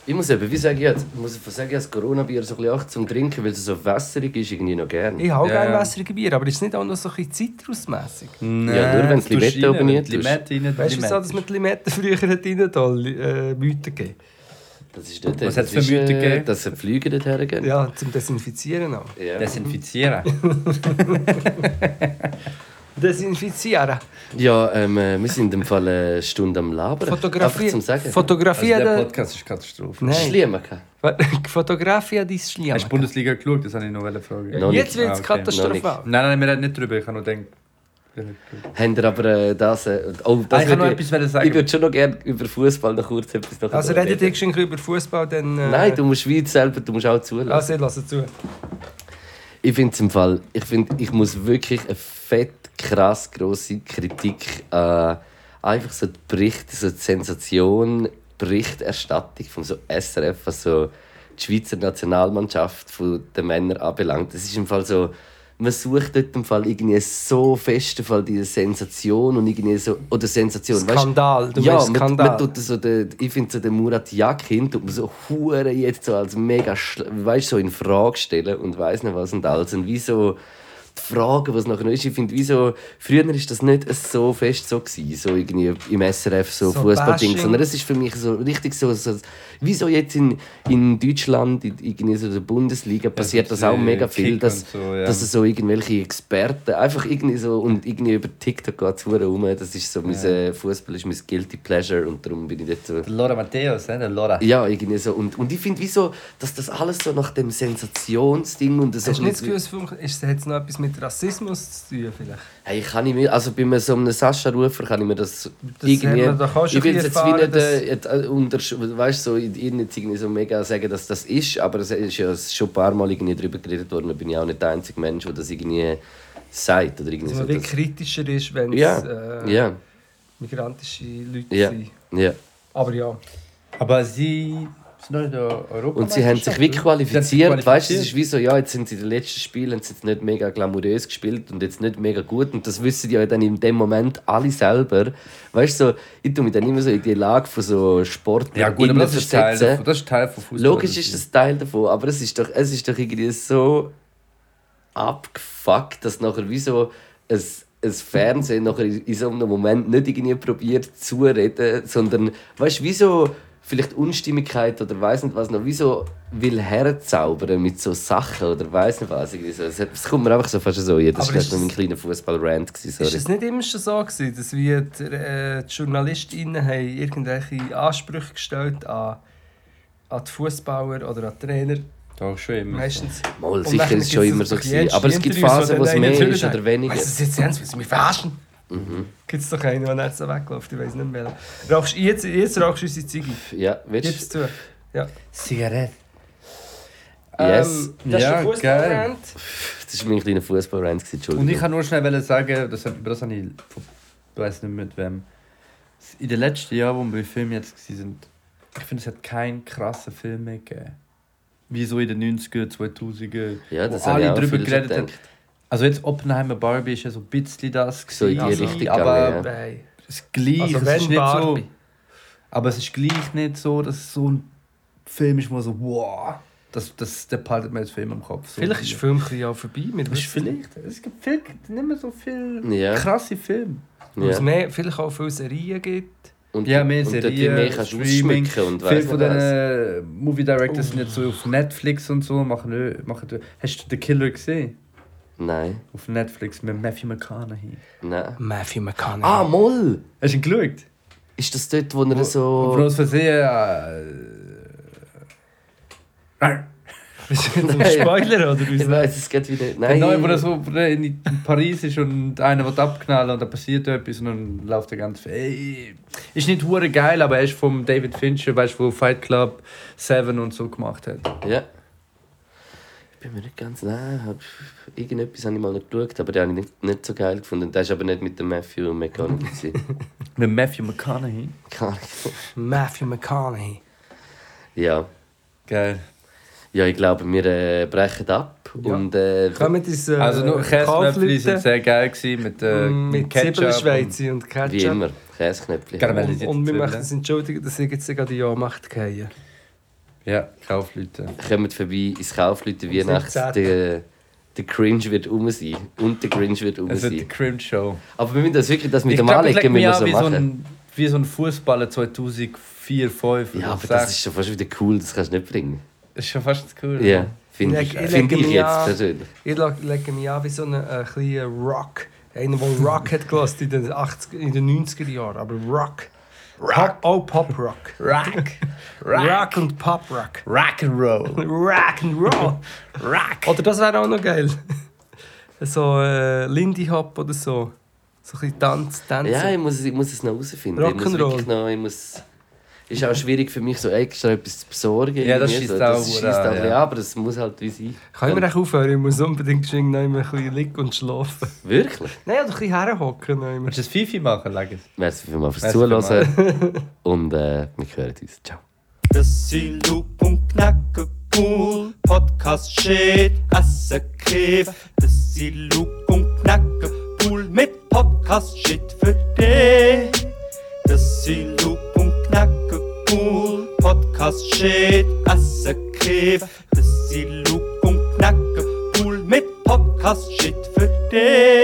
S2: Ich muss eben, wie sage ich jetzt, ich muss ich sagen, ich habe das Corona-Bier so ein bisschen acht zum Trinken, weil es so wässerig ist, irgendwie noch gerne.
S3: Ich habe auch
S1: Ja,
S3: gerne
S1: ja.
S3: wässrige Bier, aber ist es nicht auch noch so ein bisschen zitrusmässig?
S1: Nein,
S2: nur wenn du
S1: tust
S2: Limette
S1: rein,
S2: oben
S1: wenn
S2: rein
S1: du
S2: tust.
S1: Limette rein
S3: Weißt du,
S1: Limette.
S3: wieso dass man die Limetten früher hat rein da, äh, Mythen gegeben
S2: Das ist nicht
S1: Was
S2: das
S1: hat's für
S2: ist, äh,
S1: Mythen gegeben?
S2: Dass die Flüge nicht hergehen.
S3: Ja, zum Desinfizieren auch.
S2: Ja.
S1: Desinfizieren.
S3: Desinfizieren.
S2: Ja, ähm, äh, wir sind im Fall eine Stunde am Labern.
S3: Fotografie.
S2: Einfach zum Sagen.
S1: Also
S3: Fotografie.
S1: der
S3: Also
S1: Podcast ist Katastrophe.
S2: Nein.
S3: Nein.
S2: Schlimm, okay.
S3: Fotografie dein
S1: Hast du
S3: Schlimm.
S1: Bundesliga geschaut? Das habe ich noch fragen.
S2: Noch
S3: Jetzt
S2: nicht.
S3: wird es
S1: Ah, okay.
S3: katastrophal.
S1: Nein, nein, wir reden nicht drüber. Ich habe nur gedacht. wir haben geschaut.
S2: Habt ihr aber äh, das... Äh, oh,
S1: Ah,
S2: das
S1: ich kann noch
S2: würde
S1: etwas wollen sagen.
S2: Ich würde schon noch gerne über Fußball noch kurz etwas noch
S3: Also
S2: reden.
S3: redet ihr schon über Fußball, dann. Äh,
S2: Nein, du musst Schweiz selber, du musst auch zulassen.
S3: Also, ich lasse zu.
S2: Ich finde es im Fall, ich finde, ich muss wirklich eine fett krass grosse Kritik an einfach so die Berichte, so die Sensation, Berichterstattung von so SRF, was so die Schweizer Nationalmannschaft von den Männern anbelangt. Es ist im Fall so, man sucht dort im Fall irgendwie so fest im Fall diese Sensation und irgendwie so, oder Sensation, weißt
S3: Skandal, du
S2: ja,
S3: meinst
S2: man,
S3: Skandal.
S2: man tut so den, ich finde so den Murat Yakin tut man so hure jetzt so als mega weißt so in Frage stellen und weiß nicht was und alles und wie so die Frage was nachher noch ist ich finde wie so früher ist das nicht so fest so gewesen, so irgendwie im SRF so,
S3: So
S2: Fußballding
S3: Bashing.
S2: sondern es ist für mich so richtig so, so wie so jetzt in, in Deutschland in irgendwie so der Bundesliga passiert
S1: so
S2: das auch
S1: die
S2: mega viel
S1: Kick
S2: dass
S1: und so, ja.
S2: dass es so irgendwelche Experten einfach irgendwie so und irgendwie über TikTok geht es rum. Das ist so mein äh, Fußball ist mein guilty pleasure und darum bin ich dort so.
S1: Der Laura Matthäus, ne? Der Laura.
S2: Ja, irgendwie so. Und, und ich finde, wieso, dass das alles so nach dem Sensationsding und so.
S3: Hast du nicht das Gefühl, es fun- ist- hat es noch etwas mit Rassismus zu tun? Vielleicht?
S2: Hey, kann ich mir, also bei einem- so einem Sascha Rufer kann ich mir das,
S3: haben wir doch auch schon
S2: ich will
S3: ein
S2: jetzt wie
S3: bisschen
S2: nicht, äh, jetzt, äh, untersch- weißt du, so, ich will nicht irgendwie so mega sagen, dass das ist, aber es ist ja schon ein paar Mal irgendwie darüber geredet worden. Da bin ich auch nicht der einzige Mensch, der das irgendwie sagt oder irgendwie
S3: Dass
S2: so.
S3: man wie
S2: Das,
S3: kritischer ist, wenn es
S2: ja,
S3: äh,
S2: ja.
S3: migrantische Leute
S2: Ja,
S3: sind.
S2: ja.
S3: Aber ja.
S1: Aber sie sind noch in der Europa.
S2: Und sie haben sich wie qualifiziert, weißt du, es ist wie so, ja, jetzt sind sie in den letzten Spielen, haben sie jetzt nicht mega glamourös gespielt und jetzt nicht mega gut und das wissen ja dann in dem Moment alle selber. Weißt du, so, ich tue mich dann immer so in die Lage von so Sport
S1: Ja, gut, aber das ist, Teil davon, das ist Teil von Fußball.
S2: Logisch ist das Teil davon, aber es ist doch, es ist doch irgendwie so abgefuckt, dass nachher wie so ein, ein Fernsehen nachher in, in so einem Moment nicht irgendwie probiert zu reden, sondern weißt du, wie so vielleicht Unstimmigkeit oder weiß nicht was noch, wie so will herzaubern mit so Sachen oder weiß nicht was. irgendwie So. Es hat- es kommt mir einfach so fast so, ja, das
S3: Aber
S2: war
S3: ist
S2: nur mein
S3: es-
S2: kleiner Fußball-Rant. gewesen,
S3: Ist
S2: Sorry.
S3: es nicht immer schon so gewesen, dass wir die, äh, die JournalistInnen haben irgendwelche Ansprüche gestellt an, an die Fußballer oder an die Trainer?
S1: Doch, schon immer.
S3: Meistens.
S2: Mal,
S3: Und
S2: Also sicher
S3: nachher
S2: ist es schon
S3: gibt's
S2: immer so
S3: doch
S2: gewesen.
S3: jetzt
S2: Aber es gibt
S3: Interviews,
S2: Phasen, wo es
S3: dann
S2: mehr
S3: einer
S2: ist
S3: sagt,
S2: oder weniger. Mhm.
S3: Weißt du, es jetzt ernst, willst du mich verarschen? Gibt es doch einen, der nicht so wegläuft, ich weiß nicht mehr. welchen. Rauchst, jetzt, jetzt rauchst du unsere Ziege.
S2: Ja,
S3: Gib's
S2: willst du?
S3: zu. Ja.
S1: Zigarette.
S2: Yes.
S3: Ähm, das
S1: Ja,
S3: ist der Fußballbrand.
S2: Das war mein kleiner Fußball-Rant, gewesen,
S1: Und
S2: Entschuldigung.
S1: ich kann nur schnell wollen sagen, das, über das habe ich. Ich weiß nicht mit wem. In den letzten Jahren, wo wir bei Filmen jetzt waren, ich finde, es hat keinen krassen Film mehr gegeben. Wie so in den 90er, 2000er,
S2: Ja, das
S1: wo
S2: habe ich
S1: alle
S2: auch
S1: drüber
S2: viel so
S1: geredet haben.
S2: gedacht.
S1: Also jetzt Oppenheimer Barbie ist ja so ein bisschen das.
S2: So in die
S1: gewesen,
S2: Richtung
S1: aber
S2: gegangen,
S3: Oh, Nein.
S1: es gleich,
S3: Also
S1: es
S3: wenn
S1: ist nicht so.
S3: Barbie.
S1: Aber es ist gleich nicht so, dass es so ein Film ist, wo man so, wow, das, das, der behaltet mir jetzt Film im Kopf. So
S3: Vielleicht ist der Film ein bisschen auch vorbei. Wir
S1: es
S3: wissen
S1: vielleicht. Es gibt viel, nicht mehr so viel
S2: Ja.
S1: krasse Filme.
S3: Weil es
S2: Ja.
S3: mehr, vielleicht auch viele Serien gibt.
S2: Und,
S1: Ja, mehr
S2: und dort wie
S1: Serien,
S2: mehr kannst du
S1: Streaming,
S2: ausschmücken und
S1: Viele
S2: weiss
S1: von
S2: nicht
S1: den
S2: was.
S1: äh, Movie Directors sind jetzt so auf Netflix und so. Machen, nö- machen, hast du The Killer gesehen?
S2: Nein,
S1: Auf Netflix mit Matthew McConaughey.
S2: nein.
S3: Matthew McConaughey.
S2: Ah, Moll!
S1: Hast du ihn geschaut?
S2: Ist das dort, wo er
S1: Wo-
S2: so...
S1: Wo aus Versehen. Äh,
S3: Bist du jetzt am Spoiler oder
S2: ich
S3: was?
S2: weiß es geht wieder...
S1: ne? Der
S2: Nein,
S1: Neue, Genau, wo er so in Paris ist und einer wird abknallen und da passiert etwas und dann läuft der ganze ey, Ist nicht hure geil, aber er ist vom David Fincher, weißt du, wo Fight Club, Seven und so gemacht hat.
S2: Ja. Ich bin mir nicht ganz... Nein, hab- irgendetwas habe ich mal nicht geschaut, aber den habe ich nicht, nicht so geil gefunden. Der ist aber nicht mit dem Matthew McConaughey. gewesen.
S1: Mit Matthew McConaughey.
S2: Keine Ahnung.
S3: Matthew McConaughey.
S2: Ja.
S1: Geil.
S2: Äh, Ja, ich glaube, wir äh, brechen ab und... Äh,
S3: Kommen diese äh,
S1: Also nur Käseknöpfchen sind
S3: Kaufleute Mm,
S1: sehr geil gewesen mit, äh,
S2: Mm,
S3: mit
S1: Ketchup.
S3: Zwiebelschweizi und Ketchup.
S2: wie immer, Käseknöpfchen.
S1: Karamell.
S3: Und, und wir
S1: Zwiebeln.
S3: möchten uns entschuldigen, dass ich jetzt gerade die Ja-Macht gehe.
S1: Ja, Kaufleute.
S2: Kommt vorbei ins Kaufleute Weihnachts.
S3: 17..
S2: Der, der Cringe wird um sein. Und der Cringe wird um
S1: Es wird die
S2: sein.
S1: Cringe-Show.
S2: Aber wir müssen das wirklich, das mit
S1: Also,
S2: dem
S1: Ich glaub, ich leg
S2: Anlegen müssen
S1: mich
S2: wir
S1: an
S2: so
S1: wie So
S2: machen.
S1: ein, wie so ein Fußballer 2004, 2005
S2: ja,
S1: oder
S2: aber das
S1: 2006.
S2: ist schon fast wieder cool, das kannst du nicht bringen.
S1: ist schon fast cool.
S2: Ja, finde ich,
S3: Ich leg-
S2: find
S3: ich
S2: ich
S3: leg
S2: jetzt
S3: mich
S2: persönlich.
S3: Ich leg- lege mich an wie so ein äh, kleiner Rock. Einer, der Rock hat gelassen in den, 80, in den 90er Jahren. Aber Rock. Rock. Oh, Pop-Rock.
S1: Rock,
S3: Rock und Pop-Rock.
S1: Rock and Roll.
S3: Rock and Roll. Oh,
S1: Rock.
S3: Oder das wäre auch noch geil. So äh, Lindy Hop oder so. So ein bisschen Tanz, Tanzen.
S2: Ja, ich muss, ich muss es noch herausfinden. Ich muss
S3: Rock'n'Roll.
S2: wirklich noch, ich muss... Ist auch schwierig für mich, so extra etwas zu besorgen.
S1: Ja, das
S2: irgendwie so.
S1: schiesst auch,
S2: schiesst
S1: ja.
S2: auch ja. aber es muss halt wie sein.
S3: Kann ich mir echt aufhören? Ich muss unbedingt schon noch einmal ein bisschen liegen und schlafen.
S2: Wirklich?
S3: Nein, oder ein bisschen herhocken. noch einmal.
S1: Willst du das Fifi machen, Lagis?
S2: Merci vielmals fürs
S1: Merci vielmals.
S2: Zuhören. Und äh, wir hören uns. Ciao.
S5: Das sind Loop und Knacke cool, Podcast shit, Asse Kiff. Das sind Loop und Knacke cool mit Podcast shit für dich. Das sind Loop und Knacke cool, Podcast shit, Asse Kiff. Das sind Loop und Knacke cool mit Podcast shit für dich.